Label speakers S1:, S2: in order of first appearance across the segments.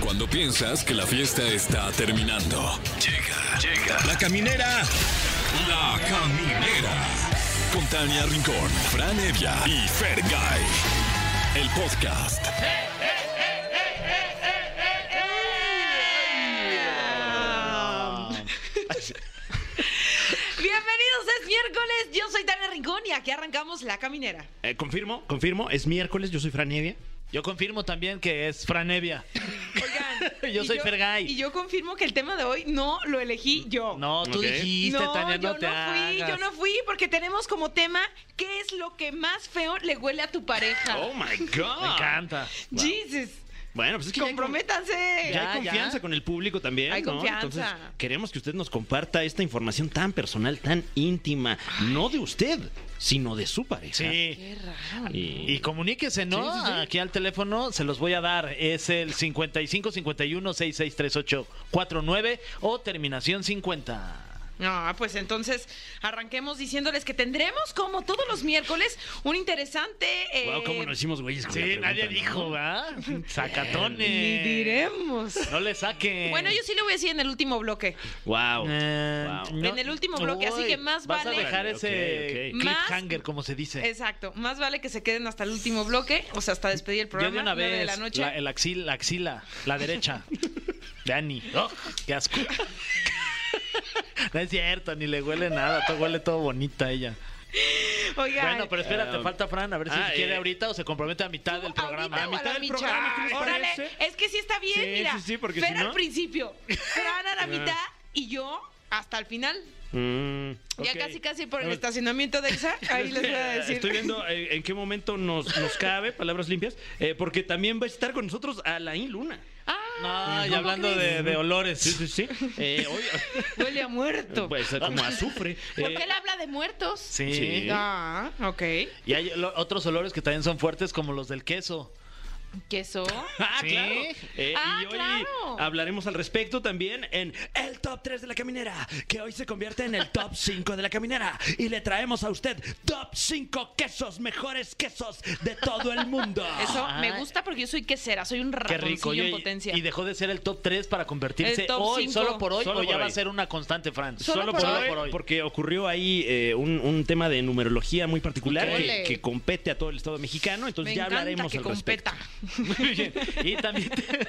S1: Cuando piensas que la fiesta está terminando. Llega, llega. La caminera. La caminera. Con Tania Rincón, Fran Evia y Fergay El podcast.
S2: Bienvenidos, es miércoles. Yo soy Tania Rincón y aquí arrancamos La Caminera.
S3: Eh, confirmo, confirmo, es miércoles, yo soy Fran Evia.
S4: Yo confirmo también que es Franevia.
S2: Oigan,
S4: Yo
S2: y
S4: soy Fergay.
S2: Y yo confirmo que el tema de hoy no lo elegí yo.
S4: No, tú
S3: Ok.
S4: dijiste,
S2: No,
S4: Tania, no
S2: yo
S4: te
S2: no fui, yo
S4: hagas.
S2: no fui porque tenemos como tema ¿qué es lo que más feo le huele a tu pareja?
S3: Oh my God.
S4: Me encanta.
S2: Jesus.
S3: Bueno, pues es que ya hay con-
S2: Comprométanse.
S3: ya hay
S4: Ya, ya.
S3: confianza con el público también.
S2: Ah, Hay
S3: ¿no?
S2: confianza.
S3: Entonces, queremos que usted nos comparta esta información tan personal, tan íntima, no de usted, sino de su pareja.
S4: Sí.
S2: Qué raro.
S3: Y,
S4: Y comuníquese, ¿no?
S3: Sí, sí, sí.
S4: Aquí al teléfono se los voy a dar. Es el 55 51 6638 49 o terminación 50.
S2: No, pues entonces arranquemos diciéndoles que tendremos como todos los miércoles un interesante eh,
S3: wow, cómo nos hicimos güeyes con la pregunta, ¿no?
S4: ¿verdad?
S2: ni
S4: Sacatones.
S2: diremos.
S4: No le saquen.
S2: Bueno, yo sí le voy a decir en el último bloque.
S3: Wow.
S4: Eh,
S3: Wow.
S4: no.
S2: En el último bloque, así
S4: Uy,
S2: que más
S4: vas
S2: vale-
S4: a dejar ese
S3: Ok,
S2: ok.
S4: cliffhanger,
S2: Más-
S4: como se dice.
S2: Exacto. Más vale que se queden hasta el último bloque, o sea, hasta despedir el
S4: Yo
S2: programa
S4: de una
S2: nueve
S4: vez,
S2: de la noche.
S4: la- el axil- la axila, la derecha. Dani, ¡oh, qué asco. No es cierto, ni le huele nada, todo huele todo bonita ella.
S2: Oigan,
S4: Bueno, pero espérate,
S3: Ah, ok.
S4: falta Fran, a ver si
S3: Ah,
S4: quiere
S3: eh.
S4: ahorita o se compromete a mitad del programa.
S2: ahorita o a
S3: mitad
S2: la
S3: del
S2: micha.
S3: programa, ¿qué les
S2: Órale,
S3: parece?
S2: es que sí está bien,
S3: Sí,
S2: mira.
S3: sí, sí, porque
S2: Fer
S3: si no-
S2: al principio, Fran a la mitad y yo hasta el final.
S3: Mm, ok.
S2: Ya casi casi por el
S3: Pero-
S2: estacionamiento de Exa, ahí les voy a decir.
S3: Estoy viendo eh, en qué momento nos, nos cabe, palabras limpias, eh, porque también va a estar con nosotros Alain Luna.
S2: Ah,
S4: No, y
S2: ¿cómo
S4: hablando
S2: crees?
S4: de, de olores.
S3: Sí, sí, sí. Eh, hoy-
S2: Huele a muerto.
S3: Pues como azufre.
S2: ¿Por
S3: Eh,
S2: qué él habla de muertos?
S4: Sí.
S3: Sí.
S2: Ah, ok.
S4: Y hay lo- otros olores que también son fuertes, como los del queso.
S2: ¿Queso?
S3: Ah,
S4: Sí.
S3: claro. Eh,
S2: Ah,
S3: y hoy
S2: claro.
S3: hablaremos al respecto también en el top 3 de la caminera, que hoy se convierte en el top 5 de la caminera. Y le traemos a usted top 5 quesos, mejores quesos de todo el mundo.
S2: Eso
S4: Ah.
S2: me gusta porque yo soy quesera, soy un
S4: Qué
S2: ratoncillo
S4: rico. Y,
S2: en potencia.
S4: y dejó de ser el top 3 para convertirse
S2: El top
S4: hoy,
S2: cinco.
S4: solo por hoy,
S3: Solo
S4: o ya
S3: por
S4: va a
S3: hoy.
S4: ser una constante, Fran.
S2: Solo por hoy.
S3: Porque ocurrió ahí eh, un, un tema de numerología muy particular
S2: Ok.
S3: que, que compete a todo el Estado mexicano. Entonces
S2: me
S3: ya
S2: encanta
S3: hablaremos
S2: que
S3: al respecto.
S2: competa.
S4: Muy bien. Y también te-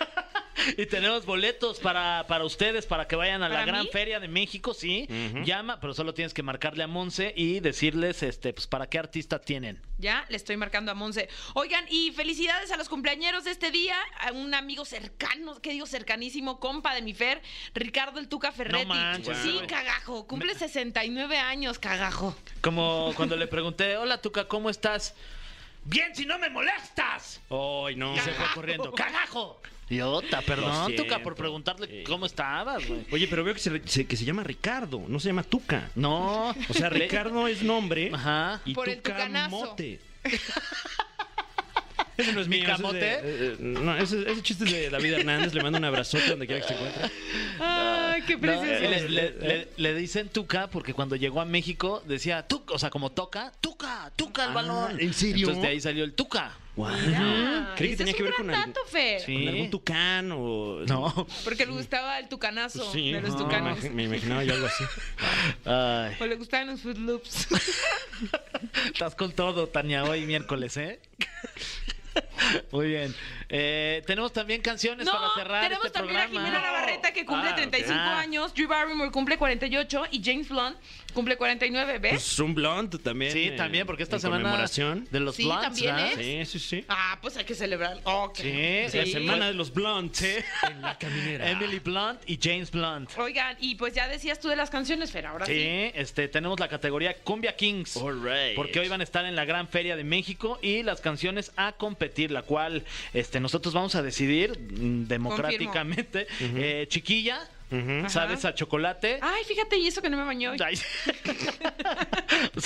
S4: y tenemos boletos para, para ustedes, para que vayan a la
S2: ¿Para
S4: Gran
S2: mí?
S4: Feria de México, sí. Llama, pero solo tienes que marcarle a Monse y decirles este, pues, para qué artista tienen.
S2: Ya le estoy marcando a Monse. Oigan, y felicidades a los cumpleañeros de este día, a un amigo cercano, que digo cercanísimo, compa de mi Fer, Ricardo el Tuca Ferretti.
S4: manches,
S2: sí,
S4: güey.
S2: cagajo, cumple 69 años, cagajo.
S4: Como cuando le pregunté, hola Tuca, ¿cómo estás? ¡Bien si no me molestas!
S3: Ay, no.
S4: Y se fue corriendo. ¡Cagajo! Idiota,
S3: Lo
S4: perdón,
S3: siento.
S4: Tuca, por preguntarle
S3: Sí.
S4: cómo estabas, güey.
S3: Oye, pero veo que se, se- que se llama Ricardo, no se llama Tuca.
S4: No.
S3: O sea, Ricardo es nombre.
S4: Ajá.
S3: Y
S2: Por el
S3: Tuca
S2: tucanazo.
S3: Mote. Ese no es mío. ese es
S4: ¿Camote?
S3: de- eh, no, ese, ese chiste es de David Hernández. Le mando un abrazote donde quiera que se encuentre.
S2: Ay, qué
S4: No,
S2: precioso.
S4: y Eh,
S3: Eh,
S4: le, le- le- le dicen Tuca porque cuando llegó a México decía Tuca, o sea, como toca, Tuca, Tuca el
S3: Ah,
S4: balón.
S3: ¿en serio?
S4: Entonces de ahí salió el Tuca.
S3: Wow.
S2: Ah,
S3: Creí
S2: ese
S3: que tenía
S2: es
S3: que
S2: un
S3: ver con,
S2: gran
S3: algún-
S2: dato, Fer,
S4: Sí.
S3: con algún tucán o. pues
S4: No.
S2: Porque le gustaba el tucanazo
S3: Sí,
S2: de los
S3: no,
S2: tucanos.
S3: me imag- me imaginaba yo algo así.
S4: ¿Eh? Ay,
S2: O le gustaban los Fruit Loops.
S4: estás con todo, Tania, hoy miércoles, ¿eh? Muy bien. Eh, tenemos también canciones
S2: No,
S4: para cerrar.
S2: tenemos
S4: este
S2: también a
S4: programa.
S2: Jimena Navarreta que cumple
S3: Ah, ok.
S2: 35
S4: Ah.
S2: años, Drew Barrymore cumple 48 y James Blunt cumple 49, ¿ves?
S3: Pues un blond también.
S4: Sí,
S3: eh,
S4: también, porque esta
S3: en
S4: semana.
S3: Conmemoración.
S4: De los
S2: Sí,
S4: Blondes,
S2: también,
S4: ¿verdad?
S2: ¿eh?
S3: Sí, sí, sí.
S2: Ah, pues hay que celebrar. Ok.
S4: Sí,
S3: La
S4: sí.
S3: semana de los blondes. En la caminera.
S4: Emily Blunt y James Blunt.
S2: Oigan, y pues ya decías tú de las canciones, Fer, ahora ¿Ah, sí.
S4: Sí, este, tenemos la categoría Cumbia Kings.
S3: All right.
S4: Porque hoy van a estar en la Gran Feria de México y las canciones a competir, la cual este, nosotros vamos a decidir mm, democráticamente. Eh, chiquilla,
S3: Ujú.
S4: ¿sabes? A chocolate.
S2: Ay, fíjate, y eso que no me bañó. hoy.
S4: Ay.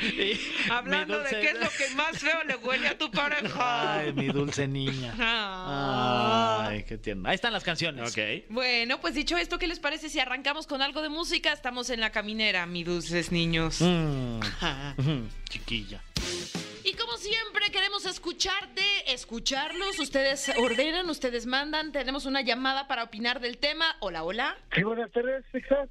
S4: Y
S2: Hablando
S4: mi
S2: de
S4: dulce-
S2: qué es lo que más feo le huele a tu pareja.
S4: Ay, mi dulce niña.
S2: Ah.
S4: Ay, qué tierno. Ahí están las canciones.
S3: Ok.
S2: Bueno, pues dicho esto, ¿qué les parece si arrancamos con algo de música? Estamos en la caminera, mis dulces niños.
S4: Mm,
S2: Ah.
S4: ujú, chiquilla.
S2: Y como siempre, queremos escuchar de escucharlos. Ustedes ordenan, ustedes mandan. Tenemos una llamada para opinar del tema. Hola, hola.
S5: Sí, buenas tardes, Exa.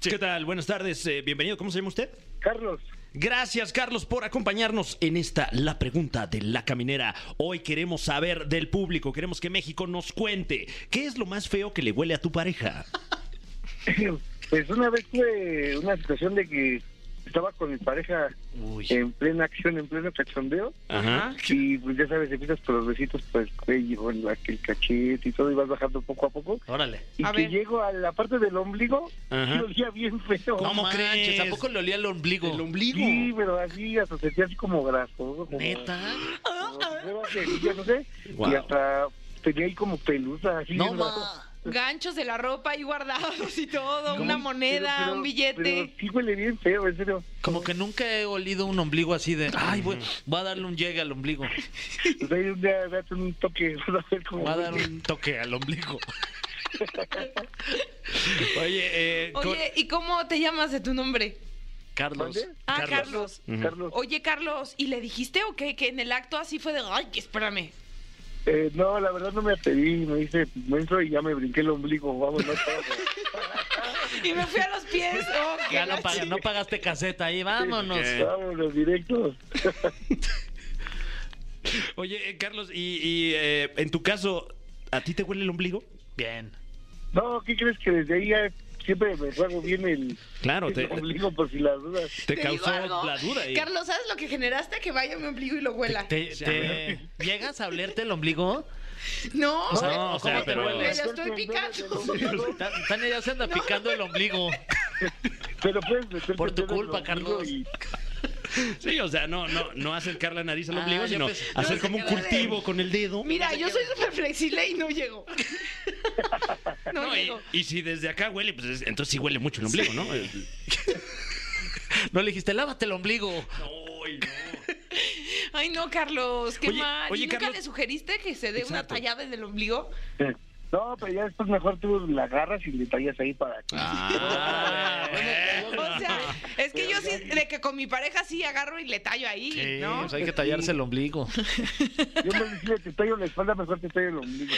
S3: ¿Qué tal? Buenas tardes, eh, bienvenido. ¿Cómo se llama usted?
S5: Carlos.
S3: Gracias, Carlos, por acompañarnos en esta La Pregunta de la Caminera. Hoy queremos saber del público, queremos que México nos cuente qué es lo más feo que le huele a tu pareja.
S5: Pues una vez tuve una situación de que estaba con mi pareja
S4: Uy.
S5: en plena acción, en pleno cachondeo.
S3: Ajá.
S5: Y pues ya sabes, empiezas por los besitos, pues cuello, la- el cachete y todo, y vas bajando poco a poco.
S4: Órale.
S5: Y
S2: A
S5: que
S2: ver.
S5: llego a la parte del ombligo,
S3: Ajá.
S5: y olía bien feo.
S4: ¿Cómo
S3: manches,
S4: crees?
S3: ¿a poco
S4: Tampoco le olía el ombligo. El ombligo.
S5: Sí, pero así, hasta sentía así como grasoso. Como,
S4: Neta.
S5: como nuevas cerillas, no sé.
S3: Wow.
S5: Y hasta tenía ahí como pelusa, así.
S4: No
S5: bien raro.
S4: ma.
S2: Ganchos de la ropa ahí guardados y todo. Una moneda,
S5: Pero- pero-
S2: un billete.
S5: Pero sí huele bien feo, en serio.
S4: Como que nunca he olido un ombligo así de, ay, voy, voy a darle un llegue al ombligo.
S5: O sea, un día date un toque, vas a ver cómo.
S4: Voy a dar un toque al ombligo.
S3: Oye, eh, con-
S2: Oye, ¿y cómo te llamas de tu nombre?
S4: Carlos.
S5: ¿Mande?
S2: Ah, Carlos.
S5: huele. Carlos,
S4: Oh.
S2: Oye, Carlos, ¿y le dijiste o qué? Que en el acto así fue de, ay, que espérame.
S5: eh, no, la verdad no me atreví, me hice menso y ya me brinqué el ombligo, vámonos.
S2: Y me fui a los pies. Oh, que
S4: Ya
S2: la
S4: no, paga-
S2: chi-
S4: no pagaste caseta ahí, vámonos.
S3: Ok.
S5: vámonos directos.
S3: Oye, eh, Carlos, y, y, eh, en tu caso, ¿a ti te huele el ombligo?
S4: Bien.
S5: No, ¿qué crees que desde ahí ya siempre me trago bien el,
S3: Claro, te,
S5: el ombligo por si las dudas?
S3: te
S2: ¿Te digo
S3: causó
S2: algo?
S3: la duda. y-
S2: Carlos, ¿sabes lo que generaste? Que vaya mi ombligo y lo huela.
S4: ¿Te, te- llegas a olerte el ombligo?
S2: No,
S4: O sea,
S2: hombre,
S4: no, o sea,
S2: ¿cómo te
S4: pero-
S2: huele? lo estoy
S5: Suerte, no, no, no,
S2: picando.
S5: no.
S4: Ta- Tania ya se anda picando el ombligo.
S5: Pero puedes meterte
S4: Por tu
S5: el dedo en el
S4: culpa,
S5: ombligo
S4: Carlos.
S5: y-
S3: Sí, o sea, no, no, no acercar la nariz al
S4: Ah,
S3: ombligo,
S4: yo
S3: sino
S4: pensé-
S3: hacer
S2: no,
S3: como un
S2: se queda de-
S3: cultivo con el dedo.
S2: Mira, yo soy súper flexible y no llego. No,
S3: No, y,
S2: llego.
S3: y si desde acá huele, pues es- entonces sí huele mucho el ombligo, ¿no?
S4: No le dijiste, lávate el ombligo.
S3: Ay, no.
S2: Ay, no, Carlos, qué
S3: Oye,
S2: mal.
S3: oye,
S2: ¿Y nunca
S3: Carlos-
S2: le sugeriste que se dé una
S3: Exacto.
S2: tallada en el ombligo?
S5: No, pero ya después mejor tú la agarras y le tallas ahí para que...
S4: Ah,
S3: Eh.
S2: O sea, es que yo sí, de que con mi pareja sí agarro y le tallo ahí,
S4: Sí,
S2: ¿no?
S4: pues hay que tallarse el ombligo.
S5: Yo me decía, te tallo la espalda, mejor te tallo el ombligo.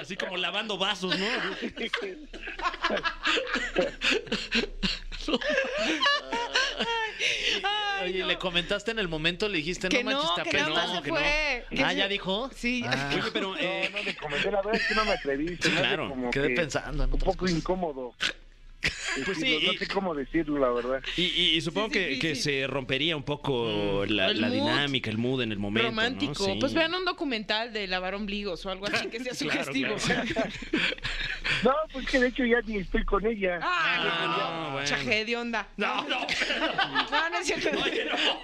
S3: Así como lavando vasos, ¿no?
S2: Ay,
S4: Oye,
S2: no.
S4: le comentaste en el momento, le dijiste,
S2: que
S4: no manches,
S2: no,
S4: te
S2: que nada
S4: apesta.
S2: más se
S3: que
S2: fue. Que
S4: Ah,
S2: sí.
S4: ¿ya dijo?
S2: Sí.
S4: Ah.
S3: Oye, pero eh,
S5: No, no le comenté, la verdad es que no me atreví. se me hace
S3: Claro,
S5: como
S4: quedé
S5: que
S4: pensando en
S5: Un
S4: otras
S5: poco incómodo.
S3: Pues
S5: Pues
S3: sí,
S5: no,
S3: y-
S5: sé cómo decirlo, la verdad.
S3: y, y- y supongo
S2: Sí,
S3: que,
S2: sí,
S3: que
S2: sí.
S3: se rompería un poco la,
S2: El
S3: la
S2: mood.
S3: dinámica, el mood en el momento. ¿no?
S2: Romántico.
S3: Sí.
S2: Pues vean un documental de lavar ombligos o algo así que sea
S3: Claro,
S2: sugestivo.
S3: claro.
S5: No, pues que de hecho ya ni estoy con ella.
S2: Ah,
S3: Ah,
S2: no,
S3: bueno.
S2: Chaje de onda.
S3: No, no.
S2: No, no es cierto.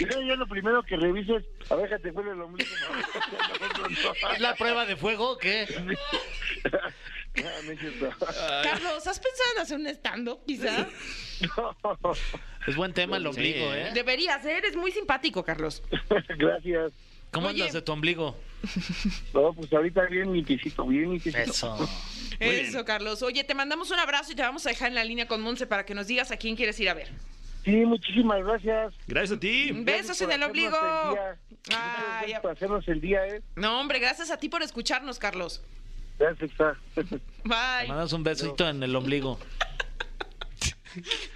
S5: Yo, yo lo primero que reviso es, a ver, déjate huele el ombligo. No, no, no.
S4: ¿Es la prueba de fuego o qué?
S5: Ah, no es cierto.
S2: Carlos, ¿has pensado en hacer un stand-up, quizá?
S5: No.
S4: Es buen tema el ombligo,
S3: ¿eh?
S4: ¿eh?
S2: Deberías, ¿eh? eres muy simpático, Carlos.
S5: Gracias.
S4: ¿Cómo
S2: Oye.
S4: andas de tu ombligo?
S5: No, pues ahorita bien limpiecito, bien limpiecito.
S4: Eso.
S3: bien.
S2: Eso, Carlos. Oye, te mandamos un abrazo y te vamos a dejar en la línea con Monse para que nos digas a quién quieres ir a ver.
S5: Sí, muchísimas gracias.
S3: Gracias a ti.
S2: Besos
S5: Gracias
S2: en
S5: por
S2: el
S5: hacernos
S2: ombligo.
S5: el día. Muchas
S2: Ay,
S5: gracias por hacernos el día, ¿eh?
S2: No, hombre, gracias a ti por escucharnos, Carlos.
S5: Gracias, Exa.
S4: Te
S2: Bye.
S4: mandas un besito en el ombligo.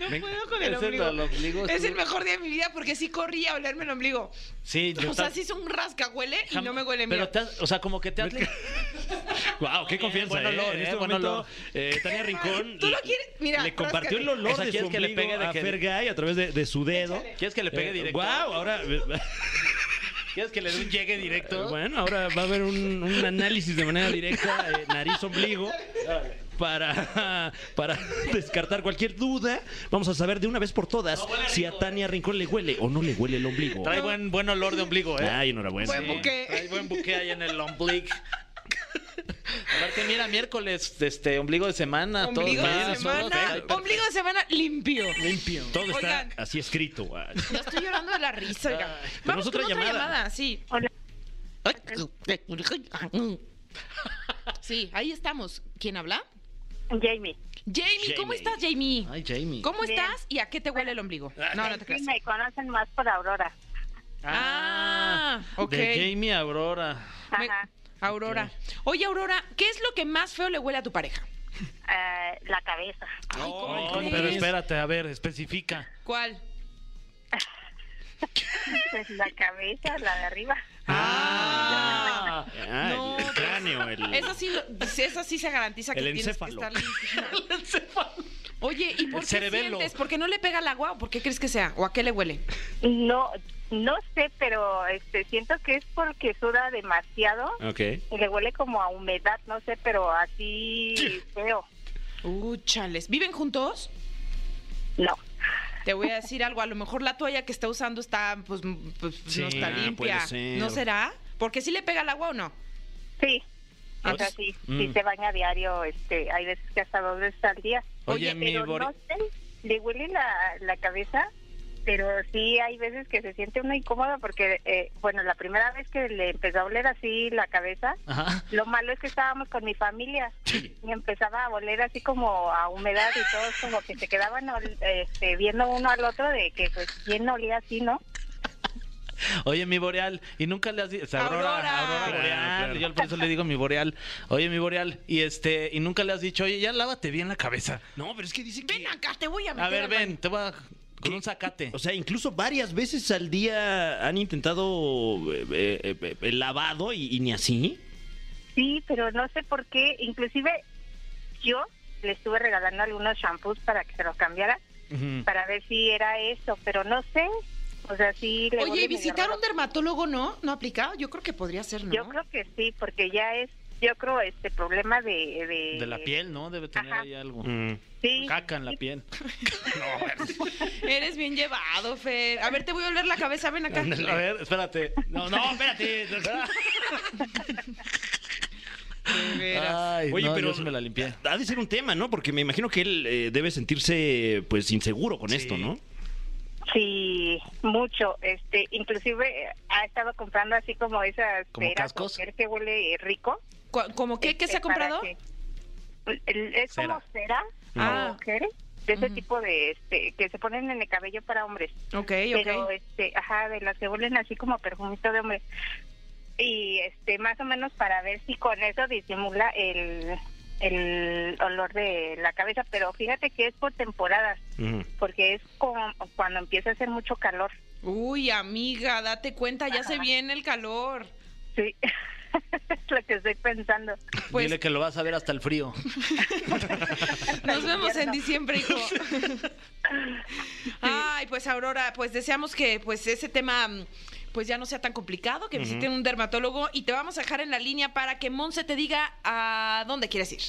S2: No puedo con el
S4: Ese
S2: ombligo.
S4: del ombligo
S2: Es
S4: estuvo-
S2: el mejor día de mi vida porque sí corrí a olerme el ombligo.
S4: Sí, yo
S2: O sea,
S4: tan-
S2: sí hizo un rascahuele y no me huele
S4: Pero
S2: mío.
S4: te has- o sea, como que te has...
S3: Wow, qué
S4: Bien,
S3: confianza.
S4: buen
S3: ¿eh?
S4: olor,
S3: en
S4: ¿eh?
S3: este
S4: Buen
S3: momento,
S4: olor.
S3: eh, Tania Rincón
S2: ¿Tú lo quieres? Mira,
S3: le compartió el
S2: ráscate.
S3: olor
S4: Esa
S3: de su
S4: quieres que le
S3: ombligo
S4: pegue de
S3: a
S4: que-
S3: Fergay a través de, de su dedo.
S4: ¿Quieres que le pegue directo?
S3: Wow, ahora
S4: ¿Quieres que le dé un llegue directo?
S3: Pues Bueno, ahora va a haber un, un análisis de manera directa, eh, nariz, ombligo, para, para descartar cualquier duda. Vamos a saber de una vez por todas si a
S2: eh.
S3: Tania Rincón le huele o no le huele el ombligo.
S4: Trae buen, buen olor de ombligo, ¿eh?
S3: Ay, enhorabuena.
S2: Buen
S4: Sí,
S2: buque.
S4: Trae buen buque ahí en el ombligo. Aparte, mira, miércoles, este, ombligo de semana,
S2: Ombligo
S4: todo.
S2: de
S4: bien, ¿eh? todo
S2: semana.
S4: perfecto.
S2: Ombligo de semana limpio.
S4: limpio.
S3: Todo está
S2: Oigan.
S3: así escrito. Ay.
S2: Ya estoy llorando de la risa. oigan.
S4: Ay,
S2: Vamos
S3: tenemos otra
S2: con otra llamada.
S3: llamada.
S2: sí. Sí, ahí estamos. ¿Quién habla?
S6: Jamie,
S2: Jamie, ¿cómo
S3: Jamie.
S2: estás, Jamie?
S4: Ay, Jamie.
S2: ¿Cómo
S6: Bien. Ah,
S2: estás y a qué te huele el ombligo? No, no te
S6: Sí,
S2: creas.
S6: me conocen más por Aurora.
S2: Ah, ok.
S4: De Jamie Aurora.
S2: Me-
S6: Ajá.
S2: Aurora. Oye, Aurora, ¿qué es lo que más feo le huele a tu pareja?
S6: Eh, la cabeza.
S2: Ay, ¿cómo
S4: Ay,
S2: crees?
S4: pero espérate, a ver, especifica.
S2: ¿Cuál?
S6: Pues la cabeza, la de arriba.
S2: Ah,
S3: Ah,
S2: No,
S3: el
S2: pues,
S3: cráneo, el...
S2: Esa sí, lo- esa sí se garantiza que
S3: El
S2: tienes que
S3: encéfalo.
S2: estar limpia. Oye, ¿y por qué
S4: cerebelo.
S2: sientes? ¿Por qué no le pega el agua o por qué crees que sea? ¿O a qué le huele?
S6: No, no sé, pero este, siento que es porque suda demasiado
S3: Ok.
S6: y le huele como a humedad, no sé, pero así feo.
S2: Uh, chales. ¿Viven juntos?
S6: No.
S2: Te voy a decir algo, a lo mejor la toalla que está usando está, pues, m- pues, no está
S3: ah,
S2: limpia.
S3: puede ser.
S2: ¿No será? Porque si le pega el agua o no.
S6: Sí.
S2: Ah,
S6: O sea,
S2: pues,
S6: sí,
S3: mm.
S6: sí se baña diario, este, hay veces que hasta dos veces al día.
S4: Oye,
S2: Oye,
S4: mi
S6: pero
S4: Bori-
S6: no sé, le huele la, la cabeza, pero sí hay veces que se siente uno incómodo porque, eh, bueno, la primera vez que le empezó a oler así la cabeza,
S4: Ajá.
S6: lo malo es que estábamos con mi familia y empezaba a oler así como a humedad y todos como que se quedaban ol- este, viendo uno al otro de que pues quién olía así, ¿no?
S4: Oye, mi Boreal, y nunca le has dicho. Aurora,
S2: Aurora.
S4: Aurora,
S2: Claro,
S4: Boreal.
S3: claro.
S4: Yo por eso le digo mi Boreal. Oye, mi Boreal, y este, y nunca le has dicho, oye, ya lávate bien la cabeza.
S3: No, pero es que dice que...
S2: Ven acá, te voy a meter.
S4: A ver,
S2: al
S4: ven, te voy a.
S3: ¿Qué?
S4: Con un sacate.
S3: O sea, incluso varias veces al día han intentado eh, eh, eh, el lavado y, y ni así.
S6: Sí, pero no sé por qué, inclusive yo le estuve regalando algunos shampoos para que se los cambiara,
S4: Ujú.
S6: para ver si era eso, pero no sé, o sea, sí le
S2: baño. Oye,
S6: huele
S2: ¿y
S6: medio
S2: visitar
S6: raro.
S2: un dermatólogo no? ¿No aplicado? Yo creo que podría ser, ¿no?
S6: Yo creo que sí, porque ya es, yo creo, este problema de... De,
S4: De la piel, ¿no? Debe tener
S6: Ajá.
S4: ahí algo.
S2: Mm.
S6: Sí,
S4: Caca en la piel.
S2: Eres bien llevado, Fer. A ver, te voy a oler la cabeza, ven acá.
S4: A ver, espérate. No, no, espérate.
S2: De veras.
S4: Ay,
S3: Oye,
S4: no,
S3: pero
S4: yo sí me la limpié.
S3: Ha de ser un tema, ¿no? Porque me imagino que él eh, debe sentirse pues inseguro con
S4: Sí.
S3: esto, ¿no?
S6: sí, mucho. Este, inclusive eh, ha estado comprando así como esas
S4: ¿Como
S6: ceras o
S4: cascos?
S6: gel que huele eh, rico.
S2: Cu- ¿Cómo qué? ¿Qué se ha
S6: este, para
S2: comprado?
S6: que- el- Es como cera,
S2: Ah.
S6: ah. de ese
S2: Ujú.
S6: tipo de, este, que se ponen en el cabello para hombres.
S2: Ok,
S6: pero
S2: ok.
S6: este ajá de las que huelen así como perfumito de hombre y este más o menos para ver si con eso disimula el el olor de la cabeza pero fíjate que es por temporadas
S3: Ujú.
S6: porque es como cuando empieza a hacer mucho calor
S2: Uy, amiga, date cuenta, ya se viene el calor.
S6: sí es lo que estoy pensando
S2: Pues-
S4: Dile que lo vas a ver hasta el frío.
S2: Nos vemos en
S6: Invierno.
S2: diciembre, hijo. Ay, pues Aurora, pues deseamos que pues ese tema mm, pues ya no sea tan complicado, que visiten un dermatólogo y te vamos a dejar en la línea para que Monse te diga a dónde quieres ir.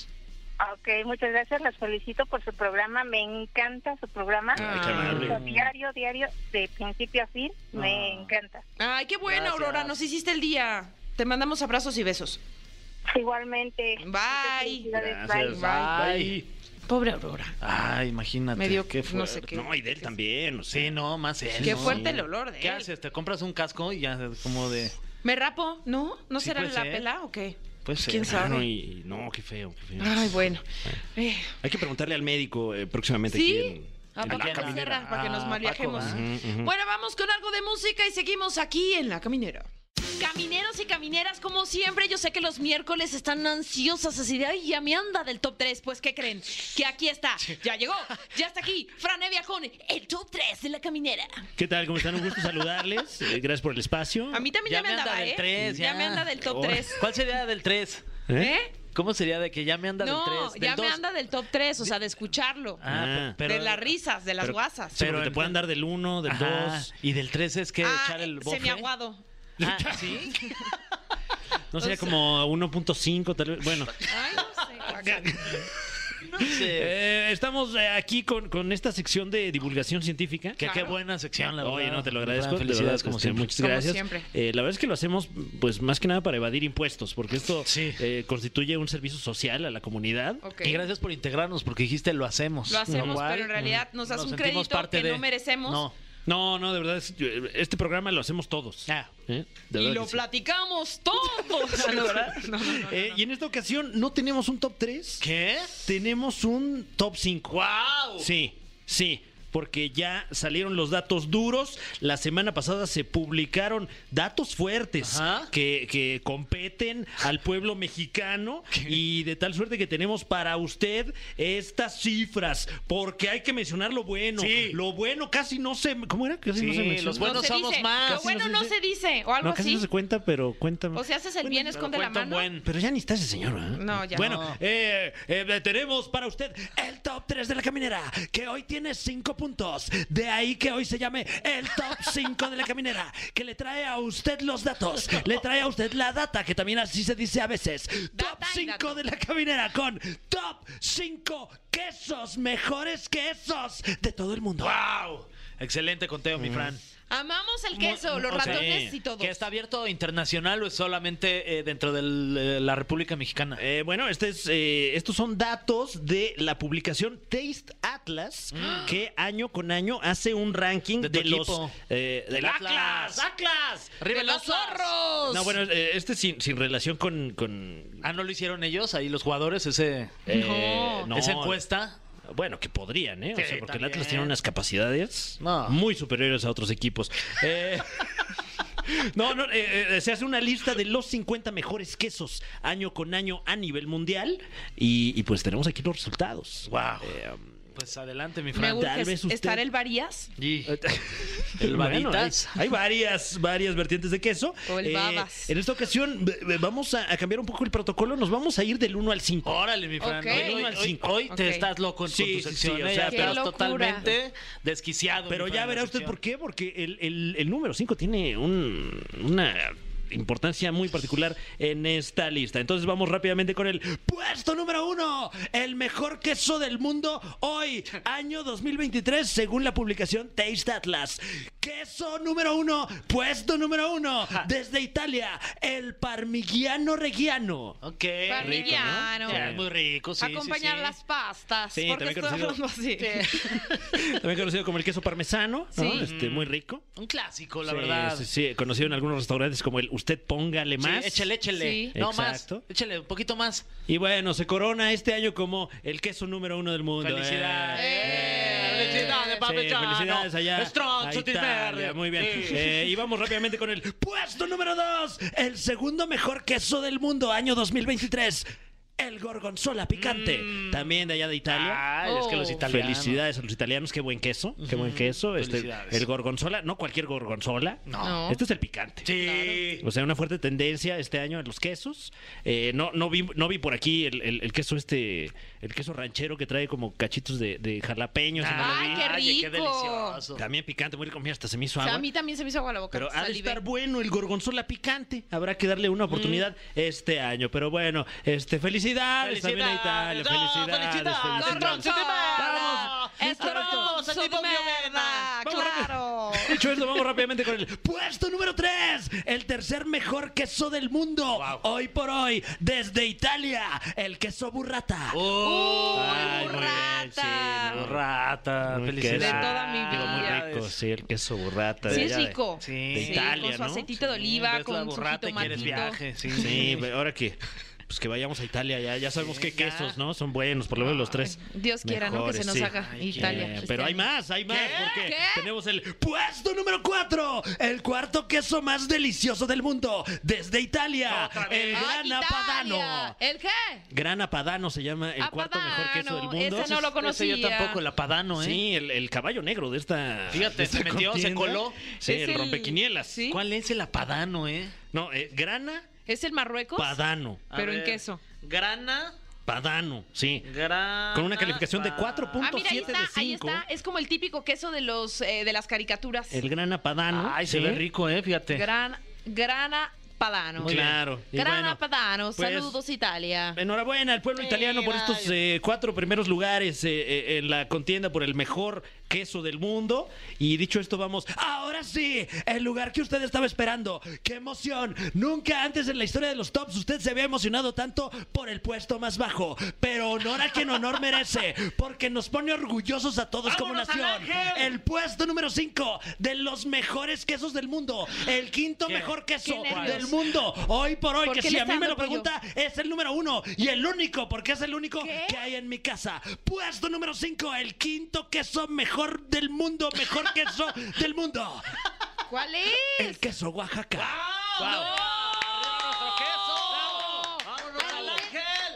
S6: Ah, Ok, muchas gracias las felicito por su programa me encanta su programa
S2: Ay, qué
S3: amable.
S6: Lo diario diario de principio a fin me
S4: Ah.
S6: encanta
S2: Ay, qué bueno,
S4: Gracias.
S2: Aurora, nos hiciste el día. Te mandamos abrazos y besos.
S6: igualmente
S2: Bye.
S6: Muchas felicidades.
S4: Gracias.
S2: Bye.
S4: Bye.
S2: Pobre Aurora.
S4: Ay, Ah, imagínate.
S2: Me dio
S4: qué
S2: no sé
S4: fuerte.
S2: qué.
S3: No, y de él también. O sea.
S4: Sí, no, más él.
S2: Qué
S4: ¿no?
S2: fuerte el olor ¿eh? de
S4: ¿Qué
S2: él.
S4: haces? ¿Te compras un casco y ya como de...
S2: ¿Me rapo? ¿No? ¿No
S4: Sí,
S2: será
S4: puede
S2: la
S4: ser.
S2: pela o qué?
S4: Pues sí.
S2: ¿Quién
S3: Ah,
S2: sabe?
S3: no, y- y no, qué feo, qué feo.
S2: Ay, bueno. Eh,
S3: Hay que preguntarle al médico eh, próximamente.
S2: ¿Sí?
S3: aquí en-
S2: ¿A
S3: en
S2: poco no
S3: la caminera.
S2: cierran para que nos
S4: Ah,
S2: malviajemos?
S4: Paco,
S3: ¿verdad? Ujú, ujú.
S2: Bueno, vamos con algo de música y seguimos aquí en La Caminera. Camineros y camineras, como siempre, yo sé que los miércoles están ansiosas así de, ay, ya me anda del top 3. Pues, ¿qué creen? Que aquí está, ya llegó, ya está aquí, Franevia con el top 3 de La Caminera.
S3: ¿Qué tal? ¿Cómo están? Un gusto saludarles. Eh, gracias por el espacio.
S2: A mí también ya,
S4: Ya
S2: me
S4: me anda
S2: andaba,
S4: del
S2: ¿eh?
S4: tres,
S2: ya.
S4: ya.
S2: me anda del top 3.
S4: ¿Cuál sería del 3?
S3: ¿Eh?
S2: ¿Eh?
S4: ¿Cómo sería de que ya me anda del 3?
S2: No, ya me anda del top 3, o sea, de escucharlo.
S3: Ah,
S2: de las risas, de las
S3: pero-
S2: guasas.
S3: Sí,
S4: Pero
S3: porque te
S4: en-
S3: puedan dar del 1, del 2.
S4: Y del 3 es que
S2: Ah,
S4: echar el
S2: se
S4: bofle.
S2: me aguado.
S4: Ah, ¿sí?
S3: No
S2: o
S3: sería
S2: sea-
S3: como 1.5, tal vez. Bueno.
S2: Ay, no sé, guaca.
S4: No sé.
S3: Eh, estamos eh, aquí con, con esta sección de divulgación científica.
S4: Que qué
S2: claro.
S4: buena sección, la verdad.
S3: Oye, no, te lo
S4: De
S3: agradezco. de
S4: verdad, Felicidades,
S3: verdad,
S4: como
S3: este,
S4: siempre.
S3: Muchas
S2: Como
S3: gracias.
S2: siempre.
S3: Eh, la verdad es que lo hacemos, pues más que nada para evadir impuestos, porque esto
S4: Sí.
S3: eh, constituye un servicio social a la comunidad.
S2: Ok.
S4: Y gracias por integrarnos, porque dijiste lo hacemos.
S2: Lo hacemos,
S4: cual,
S2: pero en realidad nos das un
S4: sentimos
S2: crédito que no merecemos.
S4: No.
S3: No, no, de verdad, es- yo- este programa lo hacemos todos.
S4: Ah.
S3: ¿Eh? De
S2: Y
S3: verdad
S2: lo
S3: que sí.
S2: platicamos todos. Ah, no, ¿verdad? No, no, no,
S3: Eh,
S2: no, no.
S3: y en esta ocasión no tenemos un top 3.
S4: ¿Qué?
S3: Tenemos un top 5.
S4: ¡Wow!
S3: Sí, sí, porque ya salieron los datos duros. La semana pasada se publicaron datos fuertes
S4: Ajá.
S3: que, que competen al pueblo mexicano y de tal suerte que tenemos para usted estas cifras, porque hay que mencionar lo bueno.
S4: Sí.
S3: Lo bueno casi no se... ¿Cómo era? Casi no
S4: Sí,
S3: se menciona.
S4: los buenos
S2: se
S4: somos
S2: dice.
S4: más.
S2: Lo bueno no se dice, o algo
S3: No, casi
S2: así.
S3: no se cuenta, pero cuéntame.
S2: O si haces el bien, esconde la
S4: cuenta un
S2: mano.
S4: buen.
S3: Pero ya ni está ese señor, ¿verdad?
S2: No, ya
S3: Bueno,
S2: no.
S3: eh, eh, tenemos para usted el top 3 de la caminera, que hoy tiene 5 puntos. De ahí que hoy se llame el top 5 de la caminera, que le trae a usted los datos, le trae a usted la data, que también así se dice a veces.
S2: Data
S3: top
S2: y
S3: 5
S2: dato.
S3: de la caminera con top 5 quesos, mejores quesos de todo el mundo.
S4: ¡Wow! Excelente conteo,
S3: Mm.
S4: mi Fran.
S2: Amamos el queso, los
S4: O sea,
S2: ratones
S4: sí.
S2: y todo.
S4: ¿Que está abierto internacional o es solamente eh, dentro de la República Mexicana?
S3: Eh, bueno, este es, eh, estos son datos de la publicación Taste Atlas, que año con año hace un ranking de,
S4: De tu
S3: los
S4: equipo.
S3: eh, del Atlas.
S4: Atlas.
S2: ¡Atlas!
S4: ¡Arriba
S2: ¡De
S4: el
S2: los
S4: Atlas!
S2: zorros!
S3: No, bueno, eh, este sin, sin relación con, con,
S4: Ah, ¿no lo hicieron ellos ahí los jugadores ese,
S3: eh, no.
S4: esa encuesta?
S3: Bueno, que podrían, ¿eh? O
S4: Sí,
S3: sea, porque el
S4: también.
S3: Atlas tiene unas capacidades
S4: No.
S3: muy superiores a otros equipos. Eh, No, no, eh, eh, se hace una lista de los 50 mejores quesos año con año a nivel mundial y, y pues tenemos aquí los resultados.
S4: ¡Wow!
S3: Eh, um,
S4: Pues adelante,
S2: Me
S4: mi Fran.
S3: gusta.
S2: urge
S3: tal vez usted-
S2: estar el varías.
S4: Y-
S3: El
S4: El
S3: varitas.
S4: varitas.
S3: hay, hay varias, varias vertientes de queso. Eh,
S2: O el babas.
S3: En esta ocasión b- b- vamos a, a cambiar un poco el protocolo. Nos vamos a ir del 1 al 5.
S4: Órale, mi Fran.
S2: Ok.
S4: Hoy, hoy-
S3: Uno al
S4: hoy-
S3: cinco.
S4: hoy
S2: Ok.
S4: te estás loco en
S3: Sí,
S4: con
S3: sí,
S4: tu
S3: sí,
S4: sección.
S3: o
S4: ¿eh?
S3: sea,
S4: Ya
S3: Qué
S4: estás
S2: locura.
S4: totalmente desquiciado. mi
S3: Pero
S4: Fran,
S3: ya
S4: en la
S3: verá usted
S4: sección.
S3: por qué, porque el, el- el número 5 tiene un- una importancia muy particular en esta lista. Entonces vamos rápidamente con el puesto número 1. El mejor queso del mundo hoy, año 2023, según la publicación Taste Atlas. Queso número 1, puesto número 1, desde Italia, el parmigiano reggiano.
S4: Ok.
S2: Parmigiano.
S4: Rico, ¿no? Ya, muy rico, Oh, sí. sí,
S2: Acompañar
S4: sí.
S2: las pastas.
S3: Sí,
S2: porque
S3: también
S2: estoy hablando
S3: conocido.
S2: así.
S3: También conocido como el queso parmesano, ¿no?
S2: Sí.
S3: Este, muy rico.
S4: Un clásico, la
S3: Sí,
S4: verdad.
S3: Sí, sí, conocido en algunos restaurantes como el usted póngale
S4: Sí,
S3: más.
S4: échale, échale.
S2: Sí.
S4: No
S3: Exacto.
S4: más. Échale un poquito más.
S3: Y bueno, se corona este año como el queso número uno del mundo. ¡Eh!
S4: Felicidades.
S2: ¡Eh! Felicidades,
S3: Sí,
S4: Parmesano.
S3: felicidades allá.
S4: Strong,
S3: a
S4: Sottisberry.
S3: Italia, Muy bien.
S4: Sí.
S3: Eh, y vamos rápidamente con el puesto número dos. El segundo mejor queso del mundo, año 2023. El gorgonzola picante.
S4: Mm.
S3: También de allá de Italia.
S4: Ay, es que los
S2: Oh.
S4: italianos.
S3: Felicidades a los italianos, qué buen queso, qué buen queso. Este,
S4: Felicidades.
S3: el gorgonzola, no cualquier gorgonzola.
S2: No.
S3: Este es el picante.
S4: Sí.
S3: O sea, una fuerte tendencia este año en los quesos. Eh, no, no, vi, no vi por aquí el, el- el queso este, el queso ranchero que trae como cachitos de, de jalapeños. no
S4: Ah.
S3: lo
S2: Ay,
S3: vi.
S2: qué
S4: Ay,
S2: rico.
S4: qué delicioso.
S3: También picante, muy rico. Mira, hasta se me hizo
S2: O sea,
S3: agua.
S2: a mí también se me hizo agua la boca.
S3: Pero ha de
S2: salivé.
S3: estar bueno el gorgonzola picante. Habrá que darle una oportunidad
S4: Mm.
S3: este año. Pero bueno, este, felicidades, también a Italia.
S4: Felicidades.
S3: Felicidades.
S4: No, felicidades.
S3: felicidades.
S4: Gorgonzola.
S2: ¡Gorgonzola!
S4: Vamos.
S2: ¡Estrón,
S4: Vamos, tipo
S2: Sottisberna!
S4: Vamos,
S2: ¡Claro!
S3: Dicho esto, vamos rápidamente con el puesto número 3. El tercer mejor queso del mundo. Hoy por hoy, desde Italia, el queso burrata.
S4: Oh,
S3: Ay,
S2: ¡Uy,
S3: muy bien, sí,
S2: burrata!
S3: no.
S4: rata.
S3: Muy
S4: Felicidades.
S2: queso. De toda mi
S3: Digo,
S2: vida.
S3: muy rico, sí, el queso burrata.
S2: Sí,
S3: de
S2: es
S3: allá de-
S2: rico.
S4: Sí.
S3: De Italia,
S2: con su
S3: ¿no?
S2: aceitito de
S4: Sí,
S2: oliva,
S4: ves la
S2: con su
S4: burrata y quieres
S2: jitomatito.
S4: viaje, sí.
S3: Sí, pero ahora que, pues que vayamos a Italia, ya, ya sabemos qué
S4: ya.
S3: quesos, ¿no? Son buenos, por lo menos los tres.
S2: Dios quiera, ¿no? Que se
S3: Mejores,
S2: nos
S3: sí.
S2: haga
S4: Ay, qué-
S2: Italia.
S3: Eh,
S2: este
S3: pero hay
S2: año.
S3: más, hay más, porque
S2: ¿Qué?
S3: tenemos el puesto número 4, el cuarto queso más delicioso del mundo, desde Italia, el
S2: ¡Ay,
S3: gran
S2: Ah, Italia!
S3: apadano.
S2: ¿El qué?
S3: Gran apadano se llama el cuarto mejor queso del
S2: Apadano,
S3: mundo.
S2: ese no lo
S4: Ese yo
S2: conocía.
S4: tampoco, el apadano, ¿eh?
S3: Sí, el, el caballo negro de esta.
S4: Fíjate,
S3: de esta
S4: se metió, se coló.
S3: Sí,
S2: Es
S3: el,
S2: el-
S3: rompequinielas.
S2: sí.
S4: ¿Cuál es el apadano, eh?
S3: No, eh, grana,
S2: ¿Es el Marruecos?
S3: padano.
S4: A
S2: Pero en
S4: ver,
S2: queso.
S4: Grana,
S3: Padano, sí.
S4: grana.
S3: Con una calificación de
S2: Ah,
S3: 4.7
S2: mira, ahí está,
S3: de
S2: ahí
S3: 5.
S2: está. Es como el típico queso de los eh, de las caricaturas.
S3: El grana padano.
S4: Ah, Ay, se
S3: sí.
S4: ve rico, eh, fíjate.
S2: Gran, grana padano.
S3: Muy Claro. Y
S2: Grana
S3: bueno,
S2: padano.
S3: pues,
S2: Saludos, Italia.
S3: Enhorabuena al pueblo italiano por estos eh, cuatro primeros lugares eh, eh, en la contienda por el mejor queso del mundo. Y dicho esto, vamos. ¡Ahora sí! El lugar que usted estaba esperando. ¡Qué emoción! Nunca antes en la historia de los tops usted se había emocionado tanto por el puesto más bajo. Pero honor a quien honor merece, porque nos pone orgullosos a todos como
S4: ¡Vámonos al
S3: nación.
S4: ángel!
S3: El puesto número 5 de los mejores quesos del mundo. El quinto
S4: ¿Qué?
S3: mejor queso
S2: Qué nervios.
S3: del mundo. Hoy por hoy,
S2: ¿Por
S3: que
S2: qué
S3: si
S2: le
S3: a mí
S2: está
S3: me lo
S2: dando apoyo?
S3: pregunta, es el número uno y el único, porque es el único
S2: ¿Qué?
S3: que hay en mi casa. Puesto número 5, el quinto queso mejor del mundo, mejor queso del mundo.
S2: ¿Cuál es?
S3: El queso Oaxaca.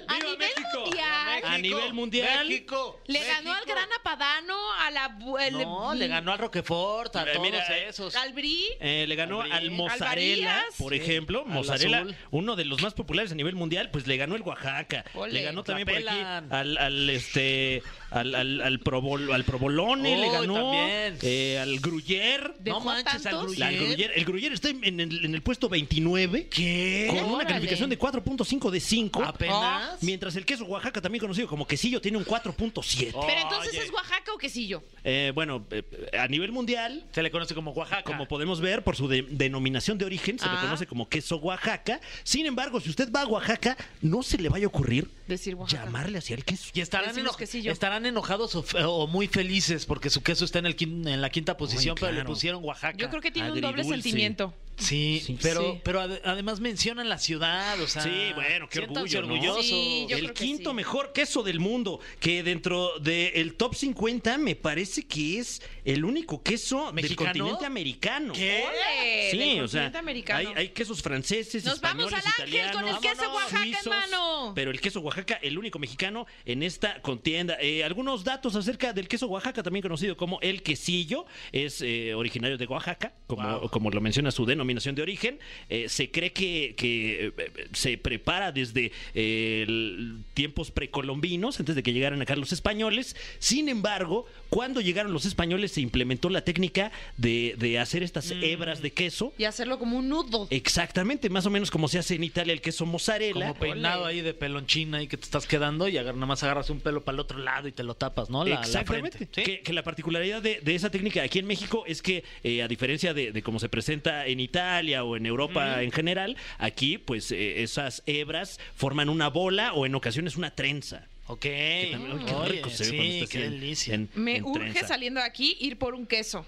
S2: A nivel mundial.
S3: A nivel mundial.
S4: México.
S2: Le ganó al Gran Apadano, a la... bu- el-
S4: No, le ganó al Roquefort, a
S3: Eh,
S4: todos
S3: mira, eh,
S4: esos.
S2: Al Bri.
S3: Eh, le ganó
S4: Alvarín.
S3: al mozzarella,
S2: Alvarías.
S3: por ejemplo.
S4: al
S3: mozzarella,
S4: azul.
S3: uno de los más populares a nivel mundial, pues le ganó el Oaxaca.
S4: Ole,
S3: le ganó
S4: la
S3: también por aquí
S4: pelan.
S3: al, al, este al, al, al provol- al provolone, le
S4: Uy,
S3: ganó
S4: también.
S3: eh, al gruyer.
S2: ¿Dejó tantos?
S3: La Gruyère- el Gruyere está en, en el, en el puesto 29. ¿Qué? Con una
S2: Órale.
S3: calificación de 4.5 de 5.
S4: Apenas.
S3: Mientras el queso Oaxaca, también conocido como quesillo, tiene un 4.7.
S2: Pero entonces
S4: Oye.
S2: es Oaxaca o Quesillo.
S3: Eh, bueno, eh, a nivel mundial,
S4: Se le conoce como Oaxaca.
S3: como podemos ver por su de- denominación de origen, se le
S2: Ah.
S3: conoce como queso Oaxaca. Sin embargo, si usted va a Oaxaca, no se le vaya a ocurrir
S2: Decir Oaxaca.
S3: llamarle hacia el queso.
S4: y estarán,
S2: Decimos
S4: eno-
S2: que sí, yo.
S4: estarán enojados o, fe- o muy felices porque su queso está en, el quin- en la quinta posición, pero le
S3: claro.
S4: pusieron Oaxaca.
S2: Yo creo que tiene un doble
S3: Agridulce.
S2: sentimiento.
S4: Sí,
S3: Sí.
S4: pero,
S2: Sí.
S4: pero ade- además mencionan la ciudad, o sea.
S3: Sí, bueno, qué
S4: siéntanse
S3: orgullo, ¿no?
S4: orgullosos.
S2: Sí, yo-
S3: el
S2: creo que
S3: quinto
S2: sí.
S3: mejor queso del mundo, que dentro del top 50 me parece que es el único queso
S4: ¿Mexicano?
S3: del continente americano.
S4: ¿Qué?
S2: ¡Ole!
S3: Sí,
S2: Del
S3: o sea,
S2: continente americano.
S3: hay, hay quesos franceses,
S2: Nos vamos
S3: españoles,
S2: al ángel
S3: italianos,
S2: con el queso
S4: Vámonos.
S2: Oaxaca
S3: suizos,
S2: en mano.
S3: Pero el queso Oaxaca, el único mexicano en esta contienda. Eh, algunos datos acerca del queso Oaxaca, también conocido como el quesillo, es eh, originario de Oaxaca, como,
S4: Wow.
S3: como lo menciona su denominación de origen. Eh, se cree que, que, eh, se prepara desde eh, el- tiempos precolombinos, antes de que llegaran acá los españoles. Sin embargo, cuando llegaron los españoles se implementó la técnica de, de hacer estas hebras de queso.
S2: Y hacerlo como un nudo.
S3: Eh, Exactamente, más o menos como se hace en Italia el queso mozzarella.
S4: Como peinado ahí de pelonchina y que te estás quedando y agar- nada más agarras un pelo para el otro lado y te lo tapas, ¿no? La- la
S3: Exactamente.
S4: frente. Sí.
S3: que, que la particularidad de, de esa técnica aquí en México es que, eh, a diferencia de, de cómo se presenta en Italia o en Europa en general, aquí, pues eh, esas hebras forman una bola o en ocasiones una trenza.
S4: Ok.
S3: Que también, ay, qué
S4: Oye,
S3: rico se ve cuando
S4: sí,
S3: está
S4: qué
S3: así en-
S4: delicia.
S3: en-
S2: Me
S3: en
S2: urge
S3: trenza.
S2: saliendo de aquí ir por un queso.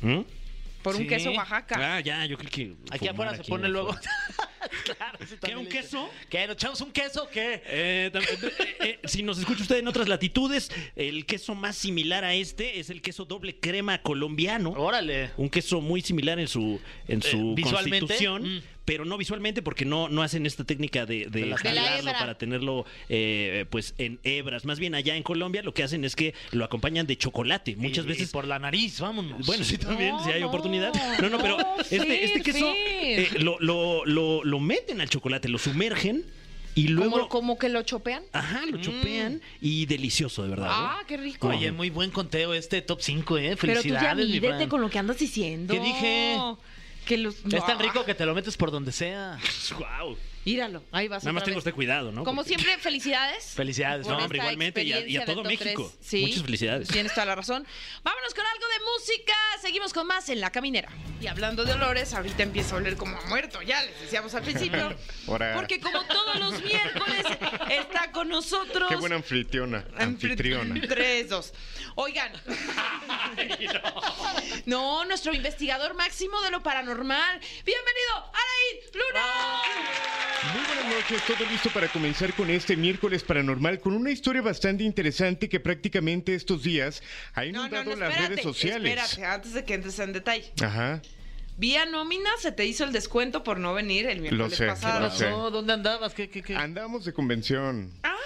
S3: ¿Mm?
S2: Por
S4: Sí.
S2: un queso Oaxaca.
S3: Ah, ya, yo creo que.
S4: Aquí
S3: fumar
S4: afuera se
S3: aquí
S4: pone
S3: afuera.
S4: luego. claro, sí,
S3: ¿Qué,
S4: también
S3: un
S4: le-
S3: queso?
S4: ¿Qué? ¿Nos echamos un queso o qué?
S3: Eh, tam- eh, eh, si nos escucha usted en otras latitudes, el queso más similar a este es el queso doble crema colombiano.
S4: Órale.
S3: un queso muy similar en su en su
S4: Eh, ¿visualmente?
S3: constitución,
S4: Mm.
S3: pero no visualmente porque no, no hacen esta técnica de, de
S4: De la
S3: jalarlo
S2: hebra.
S3: para tenerlo eh, pues en hebras. Más bien allá en Colombia lo que hacen es que lo acompañan de chocolate. Muchas
S4: Y- y
S3: veces
S4: por la nariz, vámonos.
S3: bueno, sí, también,
S2: No,
S3: si hay
S2: no,
S3: oportunidad. No, no, pero
S2: no,
S3: este,
S2: Fer,
S3: este queso
S2: Fer.
S3: eh, lo, lo, lo, lo meten al chocolate, lo sumergen y
S2: Como,
S3: luego... Ah,
S2: como que lo chopean.
S3: Ajá, lo chopean y delicioso, de verdad. ¿eh?
S2: Ah, qué rico.
S4: Oye, muy buen conteo este top 5, ¿eh?
S2: Pero tú ya
S4: Felicidades, mi
S2: mídete
S4: Fran.
S2: con lo que andas diciendo.
S4: ¿Qué dije?
S2: Que los...
S4: Es tan rico que te lo metes por donde sea.
S3: Pues, Guau.
S2: Íralo, ahí vas
S3: Nada más
S2: otra
S3: tenga
S2: vez.
S3: usted cuidado, ¿no?
S2: Como
S3: Porque-
S2: siempre, felicidades.
S4: Felicidades,
S2: por
S4: no,
S3: hombre,
S2: esta
S3: igualmente, y a- y a
S2: experiencia
S3: todo
S2: del top
S3: México.
S2: tres. Sí,
S3: Muchas felicidades.
S2: Tienes toda la razón. Vámonos con algo de música. Seguimos con más en La Caminera. Y hablando de olores, ahorita empieza a oler como a muerto. Ya les decíamos al principio.
S7: Ahora.
S2: Porque como todos los miércoles está con nosotros...
S7: Qué buena anfitriona. Anfitriona.
S2: Tres, dos. Oigan. no. nuestro investigador máximo de lo paranormal. Bienvenido, Araid Luna.
S7: Muy buenas noches, todo listo para comenzar con este miércoles paranormal con una historia bastante interesante que prácticamente estos días ha inundado las redes sociales.
S8: espérate, antes de que entres en detalle.
S7: Ajá,
S8: Vía nómina se te hizo el descuento por no venir el miércoles
S7: sé,
S8: pasado.
S7: lo sé.
S4: No, ¿dónde andabas? ¿Qué, qué, qué?
S7: andamos de convención. Ah,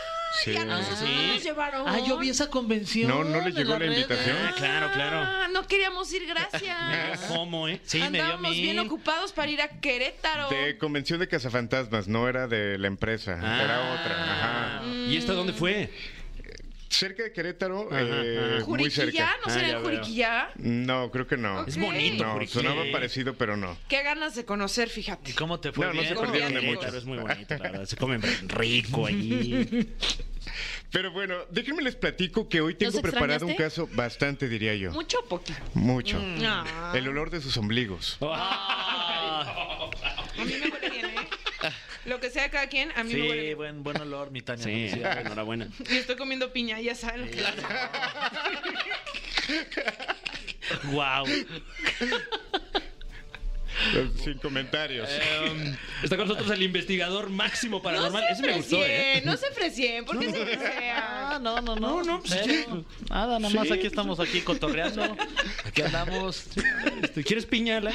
S2: Y a nosotros no nos llevaron.
S4: Ah, yo vi esa convención.
S7: No, no le
S4: en
S7: llegó
S4: las
S7: la
S4: redes.
S7: invitación.
S3: Ah, claro, claro.
S2: Ah, no queríamos ir, gracias.
S3: ¿Cómo, eh?
S4: Sí, me dio
S2: Andábamos bien
S4: mil.
S2: ocupados para ir a Querétaro.
S7: De convención de cazafantasmas, no era de la empresa,
S3: Ah.
S7: era otra. Ajá.
S3: ¿Y esta dónde fue?
S7: Cerca de Querétaro, eh, muy cerca.
S2: Juriquilla, ¿no será el Juriquilla?
S7: No, creo que no.
S2: Es bonito,
S7: No,
S3: Juriquilla.
S7: sonaba parecido, pero no.
S8: Qué ganas de conocer, fíjate.
S4: ¿Y cómo te fue?
S3: Eh,
S7: No, no se
S4: Bien.
S7: perdieron de
S3: Querétaro
S7: muchos.
S3: es muy bonito, la verdad. Se comen rico allí.
S7: Pero bueno, déjenme les platico que hoy tengo
S2: ¿Nos
S7: preparado un
S2: extrañaste?
S7: caso bastante, diría yo.
S2: ¿Mucho o poquito?
S7: Mucho.
S2: Ah.
S3: Mm.
S7: El olor de sus ombligos.
S3: Ah,
S8: A mí me huele bien, ¿eh? Lo que sea de cada quien, a mí me huele
S4: Sí,
S8: bien.
S4: buen, buen olor, mi Tania.
S3: Sí,
S4: felicidades.
S3: enhorabuena.
S8: Y estoy comiendo piña, ya saben lo que es.
S4: Guau.
S7: Sin comentarios.
S3: Em, está con nosotros el investigador máximo paranormal. Ese me gustó,
S8: fresien,
S3: ¿eh?
S8: no se fresien, ¿por qué se fresean?
S4: Ah, no, no, no.
S7: pues,
S4: Pero Nada, nada más aquí estamos aquí cotorreando. Aquí andamos.
S3: Este, ¿Quieres piñala?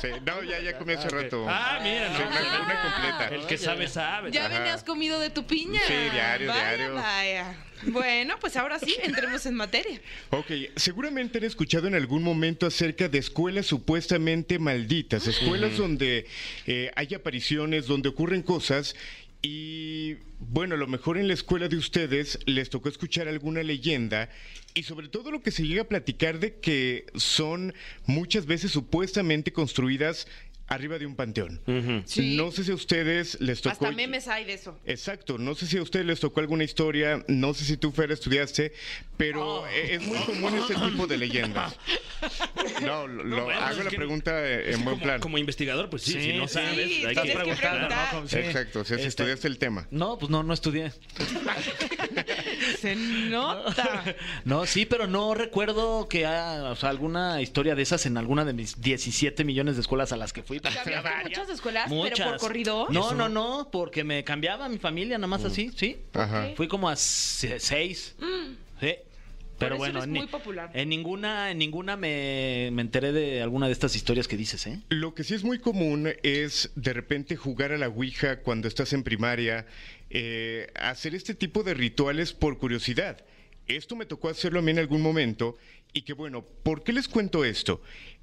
S7: Sí, No, ya, ya comí hace rato.
S3: Ah, mira,
S7: Sí,
S3: no.
S7: una, una completa.
S3: El que sabe, sabe.
S8: Ya
S7: Ajá.
S8: venías comido de tu piña.
S7: Sí, diario,
S8: Vaya,
S7: diario.
S8: Vaya. Bueno, pues ahora sí, entremos en materia.
S7: Ok, seguramente han escuchado en algún momento acerca de escuelas supuestamente malditas, escuelas donde eh, hay apariciones, donde ocurren cosas. Y bueno, a lo mejor en la escuela de ustedes les tocó escuchar alguna leyenda y sobre todo lo que se llega a platicar de que son muchas veces supuestamente construidas arriba de un panteón.
S8: Sí.
S7: No sé si a ustedes les tocó...
S8: Hasta memes hay de eso.
S7: Exacto, no sé si a ustedes les tocó alguna historia, no sé si tú, Fer, estudiaste, pero e- es muy común este tipo de leyendas. No, lo, lo-
S3: bueno,
S7: hago
S3: es
S7: la
S3: que-
S7: pregunta eh, en buen
S3: como,
S7: plan.
S3: como investigador, pues sí,
S4: Sí,
S3: si no
S4: sí,
S3: sabes,
S8: sí,
S3: hay
S8: tienes
S3: que
S8: que
S3: preguntar. ¿no?
S8: preguntar.
S4: Como- sí.
S7: Exacto, o sea, si
S4: Este,
S7: estudiaste el tema.
S4: No, pues no, no estudié.
S8: Se nota.
S4: No, sí, pero no recuerdo que haya o sea, alguna historia de esas en alguna de mis 17 millones de escuelas a las que fui.
S8: Que había muchas escuelas, pero por
S4: Muchas.
S8: corrido.
S4: No, no, no, porque me cambiaba mi familia, nada más así, ¿sí?
S7: Ajá.
S4: Fui como a se- seis. Sí.
S8: Mm. Por
S4: Pero
S8: eso
S4: bueno,
S8: eres
S4: en
S8: muy
S4: ni-
S8: popular.
S4: en ninguna, en ninguna me, me enteré de alguna de estas historias que dices, ¿eh?
S7: Lo que sí es muy común es de repente jugar a la Ouija cuando estás en primaria, eh, hacer este tipo de rituales por curiosidad. Esto me tocó hacerlo a mí en algún momento y que bueno, ¿por qué les cuento esto?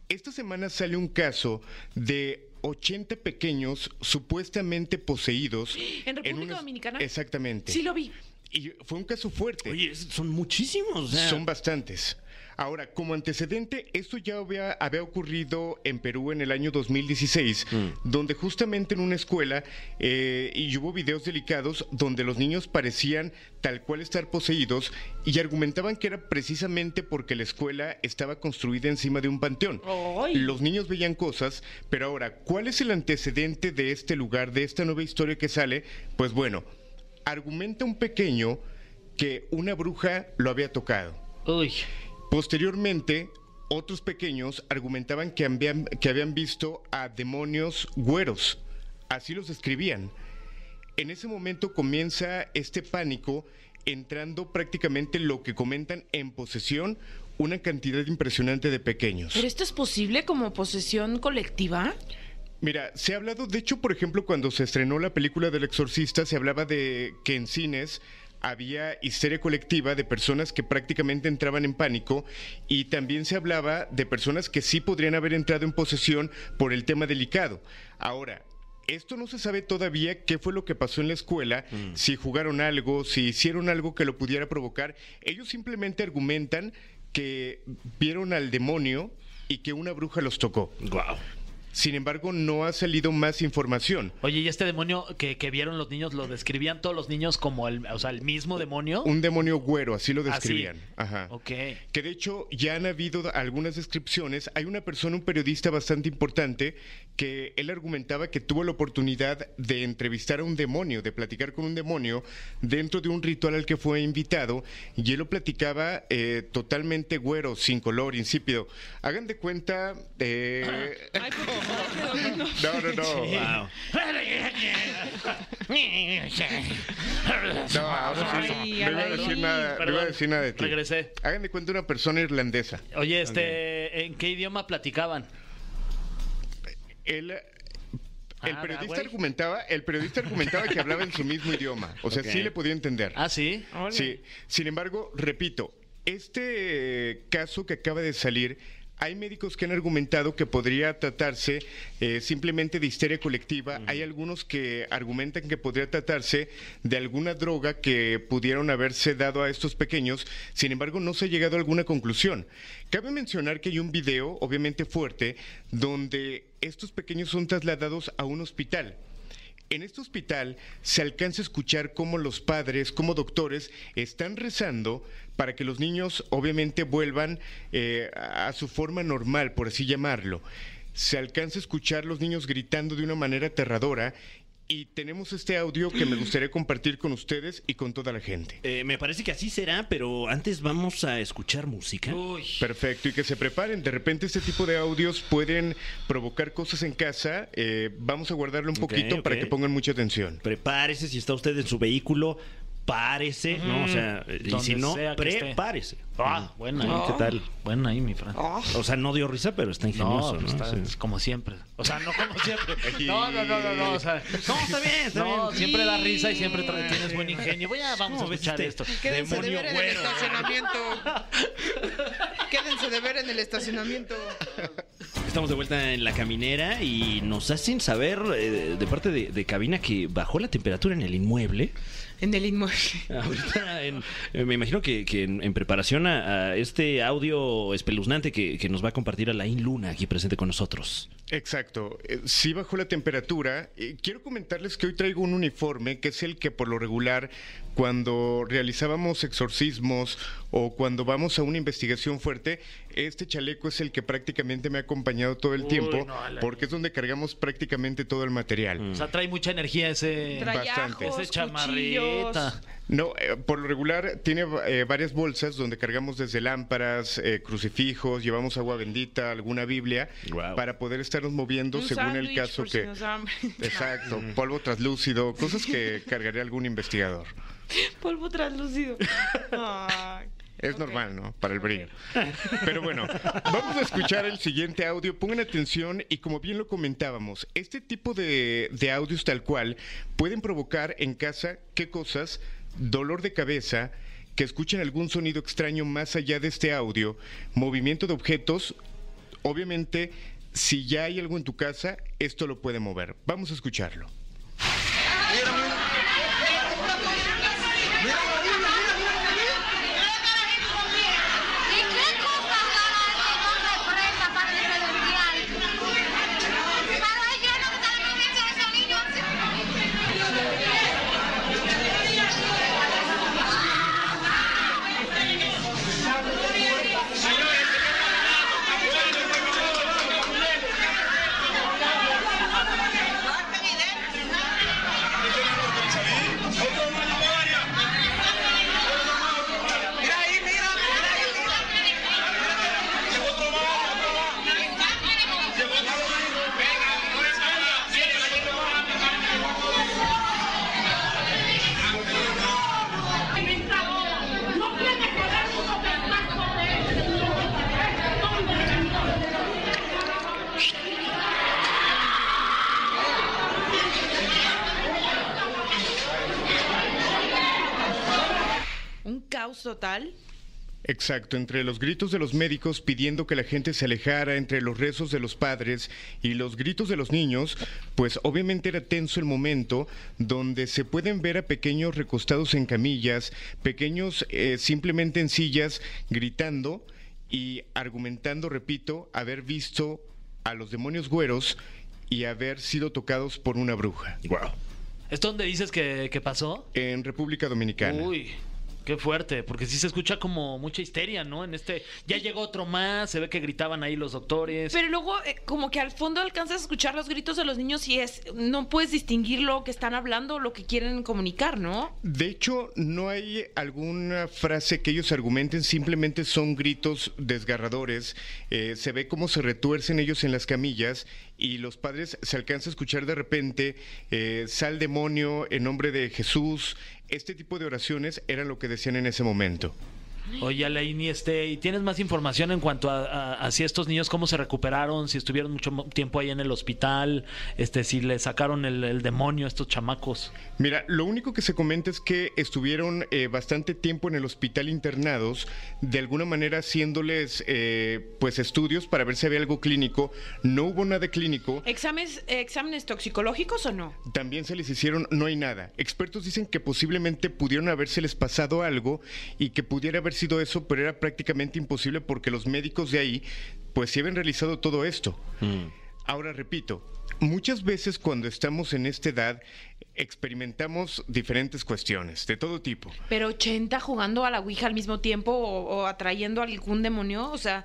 S7: Esta semana sale un caso de 80 pequeños supuestamente poseídos.
S2: ¿En República
S7: una-
S2: Dominicana?
S7: Exactamente.
S2: Sí lo vi.
S7: Y fue un caso fuerte.
S3: Oye, es- son muchísimos. o sea,
S7: Son bastantes. Ahora, como antecedente, esto ya había, había ocurrido en Perú en el año 2016,
S3: Mm.
S7: donde justamente en una escuela eh, y hubo videos delicados donde los niños parecían tal cual estar poseídos y argumentaban que era precisamente porque la escuela estaba construida encima de un panteón.
S8: ¡Ay!
S7: Los niños veían cosas, pero ahora, ¿cuál es el antecedente de este lugar, de esta nueva historia que sale? Pues bueno, argumenta un pequeño que una bruja lo había tocado.
S4: Uy.
S7: Posteriormente, otros pequeños argumentaban que habían, que habían visto a demonios güeros. Así los describían. En ese momento comienza este pánico entrando prácticamente lo que comentan en posesión una cantidad impresionante de pequeños.
S8: ¿Pero esto es posible como posesión colectiva?
S7: Mira, se ha hablado, de hecho, por ejemplo, cuando se estrenó la película del exorcista, se hablaba de que en cines había histeria colectiva de personas que prácticamente entraban en pánico y también se hablaba de personas que sí podrían haber entrado en posesión por el tema delicado. Ahora, esto no se sabe todavía qué fue lo que pasó en la escuela, si jugaron algo, si hicieron algo que lo pudiera provocar. Ellos simplemente argumentan que vieron al demonio y que una bruja los tocó.
S3: Guau.
S7: Sin embargo, no ha salido más información.
S4: Oye, ¿y este demonio que, que vieron los niños lo describían todos los niños como el, o sea, el mismo demonio?
S7: Un demonio güero, así lo
S4: Así.
S7: describían. Ajá.
S4: Ah, Ok.
S7: Que de hecho ya han habido algunas descripciones. Hay una persona, un periodista bastante importante, que él argumentaba que tuvo la oportunidad de entrevistar a un demonio, de platicar con un demonio dentro de un ritual al que fue invitado y él lo platicaba eh, totalmente güero, sin color, insípido. Hagan de cuenta... eh,
S8: Ay, porque estaba redondo.
S7: No, no, no.
S3: Guau.
S7: No, ahora sí.
S8: Ay,
S7: no iba a
S8: Alain.
S7: decir nada, no iba a
S4: Perdón,
S7: decir nada de ti.
S4: Regresé.
S7: Hagan de cuenta una persona irlandesa.
S4: Oye, este, ¿en qué idioma platicaban?
S7: Él, el
S4: Ah,
S7: periodista
S4: güey.
S7: argumentaba, el periodista argumentaba que hablaba en su mismo idioma. O sea,
S4: Ok.
S7: sí le podía entender.
S4: Ah, sí.
S7: Sí. Sin embargo, repito, este eh, caso que acaba de salir, hay médicos que han argumentado que podría tratarse eh, simplemente de histeria colectiva. Hay algunos que argumentan que podría tratarse de alguna droga que pudieron haberse dado a estos pequeños. Sin embargo, no se ha llegado a alguna conclusión. Cabe mencionar que hay un video, obviamente fuerte, donde estos pequeños son trasladados a un hospital. En este hospital se alcanza a escuchar cómo los padres, como doctores, están rezando para que los niños obviamente vuelvan eh, a su forma normal, por así llamarlo. Se alcanza a escuchar los niños gritando de una manera aterradora y tenemos este audio que me gustaría compartir con ustedes y con toda la gente.
S3: Eh, me parece que así será, pero antes vamos a escuchar música.
S7: Perfecto, y que se preparen. De repente este tipo de audios pueden provocar cosas en casa. Eh, vamos a guardarlo un poquito para
S3: ok.
S7: que pongan mucha atención.
S3: Prepárese, si está usted en su vehículo, párese, ¿no? O sea, eh, y
S4: Donde
S3: si no,
S4: sea que esté.
S3: prepárese.
S4: Ah, buena.
S3: Mm.
S4: ahí.
S3: ¿Qué tal?
S4: Buena ahí, mi Fran.
S3: O sea, no dio risa, pero está ingenioso, ¿no?
S4: No, pues está-
S3: Sí.
S4: es como siempre. O sea, no como siempre. No, no, no, no, no. O sea,
S3: No, está bien, está
S4: no,
S3: bien.
S4: siempre da risa y siempre tra- tienes buen ingenio. Voy a, vamos a
S3: ¿Cómo ves
S4: escuchar
S3: este?
S4: esto.
S8: Quédense
S3: Demonio
S8: de ver en el
S3: güero.
S8: estacionamiento. Quédense de ver en el estacionamiento.
S3: Estamos de vuelta en la caminera y nos hacen saber eh, de parte de, de cabina que bajó la temperatura en el inmueble.
S8: En el inmueble.
S3: Ahorita en- eh, me imagino que, que en, en preparación a, a este audio espeluznante que, que nos va a compartir Alain Luna aquí presente con nosotros.
S7: Exacto. Eh, sí bajó la temperatura. Eh, quiero comentarles que hoy traigo un uniforme que es el que por lo regular cuando realizábamos exorcismos o cuando vamos a una investigación fuerte, este chaleco es el que prácticamente me ha acompañado todo el tiempo
S4: no, Alan.
S7: porque es donde cargamos prácticamente todo el material.
S8: Mm.
S4: O sea, trae mucha energía ese.
S8: Trae
S7: Bastante.
S8: ajos,
S4: ese chamarrita.
S8: cuchillos.
S7: No, eh, por lo regular tiene eh, varias bolsas donde cargamos desde lámparas, eh, crucifijos, llevamos agua bendita, alguna Biblia,
S3: Guau.
S7: para poder estarnos moviendo
S8: Un
S7: según el
S8: sándwich,
S7: caso
S8: por si
S7: que...
S8: nos da hambre.
S7: Exacto, polvo traslúcido, cosas que cargaría algún investigador.
S8: Polvo translúcido. Ay,
S7: Es
S8: ok.
S7: normal, ¿no? Para el
S8: Ok.
S7: brillo. Pero bueno, vamos a escuchar el siguiente audio. Pongan atención y como bien lo comentábamos, este tipo de, de audios tal cual pueden provocar en casa, ¿qué cosas? Dolor de cabeza, que escuchen algún sonido extraño más allá de este audio, movimiento de objetos. Obviamente, si ya hay algo en tu casa, esto lo puede mover. Vamos a escucharlo.
S8: Un caos total.
S7: Exacto, entre los gritos de los médicos pidiendo que la gente se alejara, entre los rezos de los padres y los gritos de los niños, pues obviamente era tenso el momento donde se pueden ver a pequeños recostados en camillas, pequeños eh, simplemente en sillas, gritando y argumentando, repito, haber visto a los demonios güeros y haber sido tocados por una bruja.
S4: ¿Es donde dices que, que pasó?
S7: En República Dominicana.
S4: Uy, qué fuerte, porque sí se escucha como mucha histeria, ¿no? En este, ya llegó otro más, se ve que gritaban ahí los doctores.
S2: Pero luego, eh, como que al fondo alcanzas a escuchar los gritos de los niños y es, no puedes distinguir lo que están hablando o lo que quieren comunicar, ¿no?
S7: De hecho, no hay alguna frase que ellos argumenten, simplemente son gritos desgarradores. Eh, se ve cómo se retuercen ellos en las camillas y los padres se alcanza a escuchar de repente, eh, sal demonio en nombre de Jesús. Este tipo de oraciones eran lo que decían en ese momento.
S4: Oye, Alain, y este, ¿y tienes más información en cuanto a, a- a si estos niños cómo se recuperaron, si estuvieron mucho mo- tiempo ahí en el hospital, este, si le sacaron el, el demonio a estos chamacos?
S7: Mira, lo único que se comenta es que estuvieron eh, bastante tiempo en el hospital internados, de alguna manera haciéndoles eh, pues estudios para ver si había algo clínico. No hubo nada clínico.
S2: ¿Exámenes, eh, exámenes toxicológicos o no?
S7: También se les hicieron no hay nada. Expertos dicen que posiblemente pudieron haberse les pasado algo y que pudiera haber sido eso, pero era prácticamente imposible
S3: Mm.
S7: porque los médicos de ahí pues sí habían realizado todo esto. Ahora repito, Muchas veces cuando estamos en esta edad experimentamos diferentes cuestiones de todo tipo.
S2: Pero 80 jugando a la Ouija al mismo tiempo o, o atrayendo a algún demonio, o sea,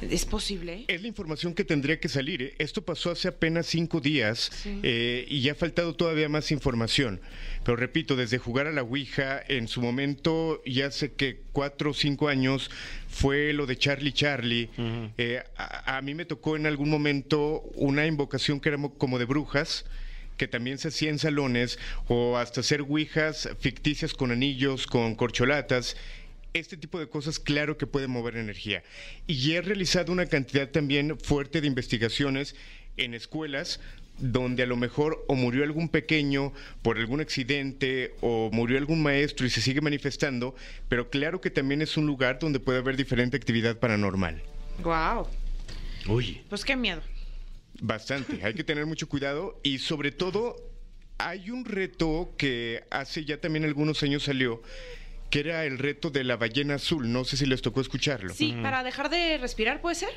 S2: es posible.
S7: Es la información que tendría que salir. ¿eh? Esto pasó hace apenas cinco días eh, y ya ha faltado todavía más información. Pero repito, desde jugar a la Ouija, en su momento, ya hace que cuatro o cinco años, fue lo de Charlie Charlie. Eh, a, a mí me tocó en algún momento una invocación que era mo- como de brujas que también se hacía en salones o hasta hacer ouijas ficticias con anillos, con corcholatas. Este tipo de cosas, claro que puede mover energía. Y he realizado una cantidad también fuerte de investigaciones en escuelas donde a lo mejor o murió algún pequeño por algún accidente o murió algún maestro y se sigue manifestando, pero claro que también es un lugar donde puede haber diferente actividad paranormal.
S2: Wow.
S3: Uy.
S2: Pues qué miedo.
S7: Bastante, hay que tener mucho cuidado y sobre todo hay un reto que hace ya también algunos años salió, que era el reto de la ballena azul, no sé si les tocó escucharlo.
S2: Sí, para dejar de respirar puede ser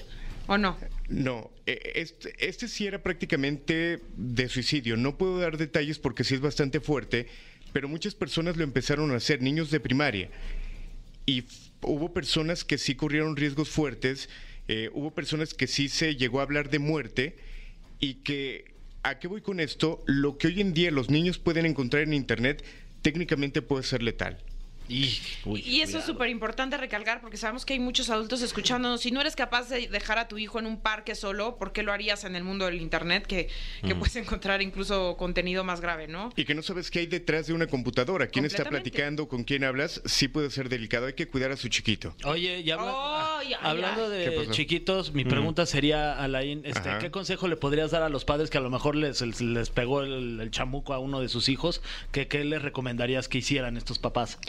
S2: o no.
S7: No, eh, este, este sí era prácticamente de suicidio, no puedo dar detalles porque sí es bastante fuerte, pero muchas personas lo empezaron a hacer, niños de primaria, y f- hubo personas que sí corrieron riesgos fuertes, eh, hubo personas que sí se llegó a hablar de muerte y que, ¿a qué voy con esto? Lo que hoy en día los niños pueden encontrar en Internet técnicamente puede ser letal.
S3: Y, uy,
S2: Y eso es
S3: cuidado.
S2: súper importante recalcar porque sabemos que hay muchos adultos escuchándonos. Si no eres capaz de dejar a tu hijo en un parque solo, ¿por qué lo harías en el mundo del Internet que, que puedes encontrar incluso contenido más grave, no?
S7: Y que no sabes qué hay detrás de una computadora, quién está
S2: Completamente.
S7: platicando, con quién hablas, sí puede ser delicado, hay que cuidar a su chiquito.
S4: Oye, y habla-
S2: Oh, ya, ya.
S4: hablando
S7: ¿Qué
S4: de
S7: pasó? Mm.
S4: chiquitos, mi pregunta sería, Alain, este,
S7: Ajá.
S4: ¿qué consejo le podrías dar a los padres que a lo mejor les, les- les pegó el, el chamuco a uno de sus hijos? ¿Qué, ¿Qué les recomendarías que hicieran estos papás?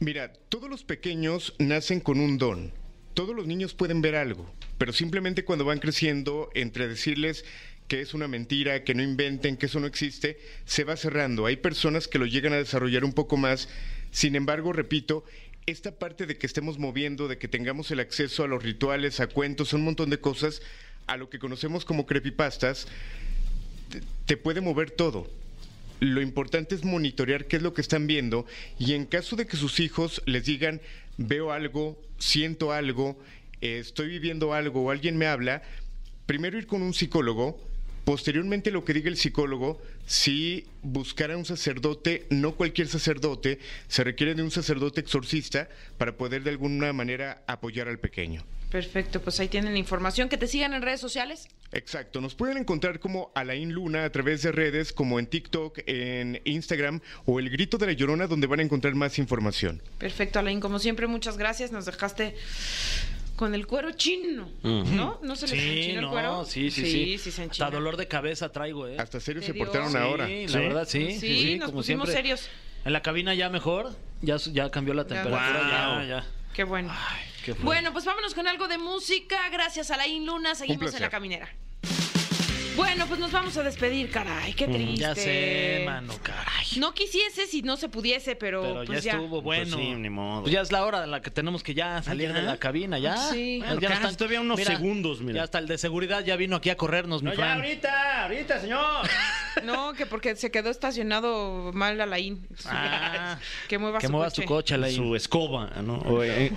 S7: Mira, todos los pequeños nacen con un don. Todos los niños pueden ver algo, pero simplemente cuando van creciendo, entre decirles que es una mentira, que no inventen, que eso no existe, se va cerrando. Hay personas que lo llegan a desarrollar un poco más. Sin embargo, repito, esta parte de que estemos moviendo, de que tengamos el acceso a los rituales, a cuentos, a un montón de cosas, a lo que conocemos como creepypastas, te- te puede mover todo. Lo importante es monitorear qué es lo que están viendo y en caso de que sus hijos les digan veo algo, siento algo, eh, estoy viviendo algo o alguien me habla, primero ir con un psicólogo, posteriormente lo que diga el psicólogo, si buscar a un sacerdote, no cualquier sacerdote, se requiere de un sacerdote exorcista para poder de alguna manera apoyar al pequeño.
S2: Perfecto, pues ahí tienen la información. Que te sigan en redes sociales.
S7: Exacto, nos pueden encontrar como Alain Luna a través de redes como en TikTok, en Instagram o El Grito de la Llorona donde van a encontrar más información.
S2: Perfecto, Alain. Como siempre, muchas gracias. Nos dejaste con el cuero chino, ¿no? ¿No se les enchinó el cuero?
S4: sí, sí, sí.
S2: Sí, sí se enchina.
S4: Hasta dolor de cabeza traigo, ¿eh?
S7: Hasta serio
S2: Te
S7: se
S2: dio-
S7: portaron
S2: Sí,
S7: ahora.
S4: Sí, la verdad, sí.
S2: Sí,
S4: sí, sí,
S2: nos
S4: como
S2: pusimos
S4: siempre.
S2: serios.
S4: En la cabina ya mejor, ya, su- ya cambió la
S2: Ya.
S4: temperatura,
S3: Guau.
S4: ya, ya.
S2: Qué bueno.
S4: Qué fuerte.
S2: Bueno, pues vámonos con algo de música. Gracias, Alain Luna. Seguimos en
S7: placer.
S2: la caminera. Bueno, pues nos vamos a despedir, caray. Qué triste.
S4: Mm, Ya sé,
S2: Este,
S4: mano, caray.
S2: No quisiese si no se pudiese, pero,
S4: Pero ya
S2: pues ya.
S4: estuvo bueno.
S3: Pues sí, ni modo.
S4: Pues ya es la hora en la que tenemos que ya salir
S3: ¿ya?
S4: de la cabina, ya.
S2: Sí.
S4: Ya
S3: Bueno,
S4: no
S3: casi todavía unos segundos, mira.
S4: Ya hasta el de seguridad ya vino aquí a corrernos, mi
S3: No, ya
S4: Fran.
S3: ahorita, ahorita, señor.
S2: No, que porque se quedó estacionado mal Alain.
S4: Ah.
S2: que mueva
S4: que
S2: su
S4: muevas tu coche, Alain.
S3: Su escoba, ¿no? O, eh,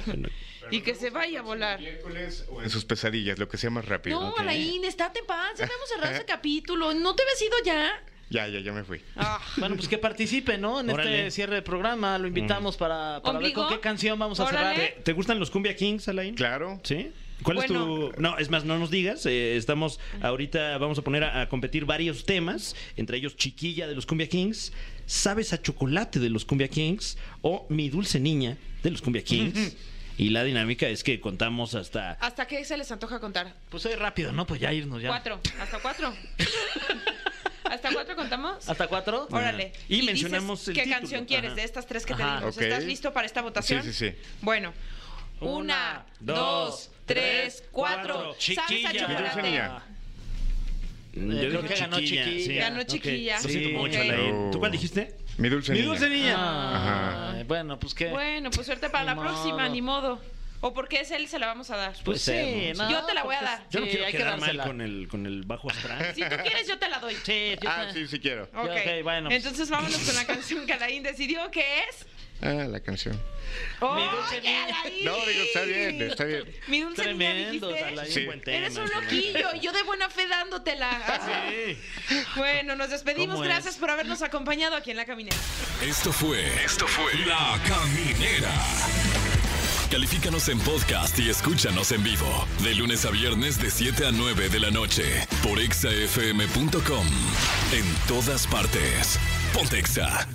S2: Y que se vaya a volar.
S7: Miércoles o en sus pesadillas, lo que sea más rápido.
S2: No,
S7: Ok.
S2: Alain, estate en paz. Ya habíamos cerrado ese capítulo. ¿No te habías ido ya?
S7: Ya, ya, ya me fui.
S2: Ah.
S4: Bueno, pues que participe, ¿no? En
S3: Órale. Mm.
S4: este cierre de programa. Lo invitamos para, para ver
S2: ¿Ombligo?
S4: con qué canción vamos a
S2: Órale.
S4: cerrar.
S3: ¿Te gustan los Cumbia Kings, Alain?
S7: Claro.
S3: ¿Sí? ¿Cuál
S2: Bueno.
S3: es tu.? No, es más, no nos digas. eh, estamos ahorita, vamos a poner a, a competir varios temas, entre ellos Chiquilla de los Cumbia Kings, Sabes a Chocolate de los Cumbia Kings o Mi Dulce Niña de los Cumbia Kings. y la dinámica es que contamos hasta.
S2: ¿Hasta qué se les antoja contar?
S4: Pues hoy rápido, ¿no? Pues ya irnos ya.
S2: Cuatro. ¿Hasta cuatro? ¿Hasta cuatro contamos?
S4: ¿Hasta cuatro?
S2: Órale.
S3: Y mencionamos
S2: dices
S3: el
S2: qué
S3: título.
S2: canción quieres
S3: Ajá.
S2: de estas tres que te
S4: Ajá.
S2: dimos.
S7: Ok.
S2: ¿Estás listo para esta votación?
S7: Sí, sí, sí.
S2: Bueno. Una, dos, tres, cuatro.
S4: Chiquilla.
S2: Sabes a chocolate.
S7: Virginia.
S4: Ah. creo
S3: dije
S4: que ganó Chiquilla.
S3: sí.
S2: Ganó
S4: Ok.
S2: chiquilla.
S3: Lo siento
S4: Sí.
S3: mucho,
S2: Ok.
S3: Alain. ¿Tú cuál dijiste?
S7: Mi dulce
S3: Mi
S7: niña.
S3: Dulce Niña.
S4: Ah,
S7: Ajá.
S4: Bueno, pues qué.
S2: Bueno, pues suerte para
S4: Ni
S2: la próxima,
S4: modo.
S2: ni modo. ¿O por qué es él se la vamos a dar?
S3: Pues sí,
S2: no, Yo te la voy a
S4: Ah,
S2: dar.
S3: Yo no
S9: Sí,
S3: quiero
S9: hay que
S3: quedar mal
S9: dársela.
S3: con el, con el bajo astral.
S2: Si tú quieres, yo te la doy.
S3: Sí, yo
S7: Ah,
S3: ta-
S7: sí, sí quiero.
S2: Ok.
S3: ok, bueno.
S2: Entonces vámonos con la canción que Alain decidió que es.
S7: Ah, la canción.
S2: ¡Oye, Alain!
S7: No, digo, está bien, está bien.
S2: Mi dulce niña,
S3: Tremendo,
S2: dijiste.
S3: Dalai,
S7: Sí.
S3: un buen tema.
S2: Eres un
S3: tremendo.
S2: loquillo, yo de buena fe dándotela. Bueno, nos despedimos.
S3: ¿Cómo es?
S2: Gracias por habernos acompañado aquí en La Caminera.
S1: Esto fue. Esto fue. La Caminera. Califícanos en podcast y escúchanos en vivo. De lunes a viernes de 7 a 9 de la noche. Por exafm.com. En todas partes. Pontexa.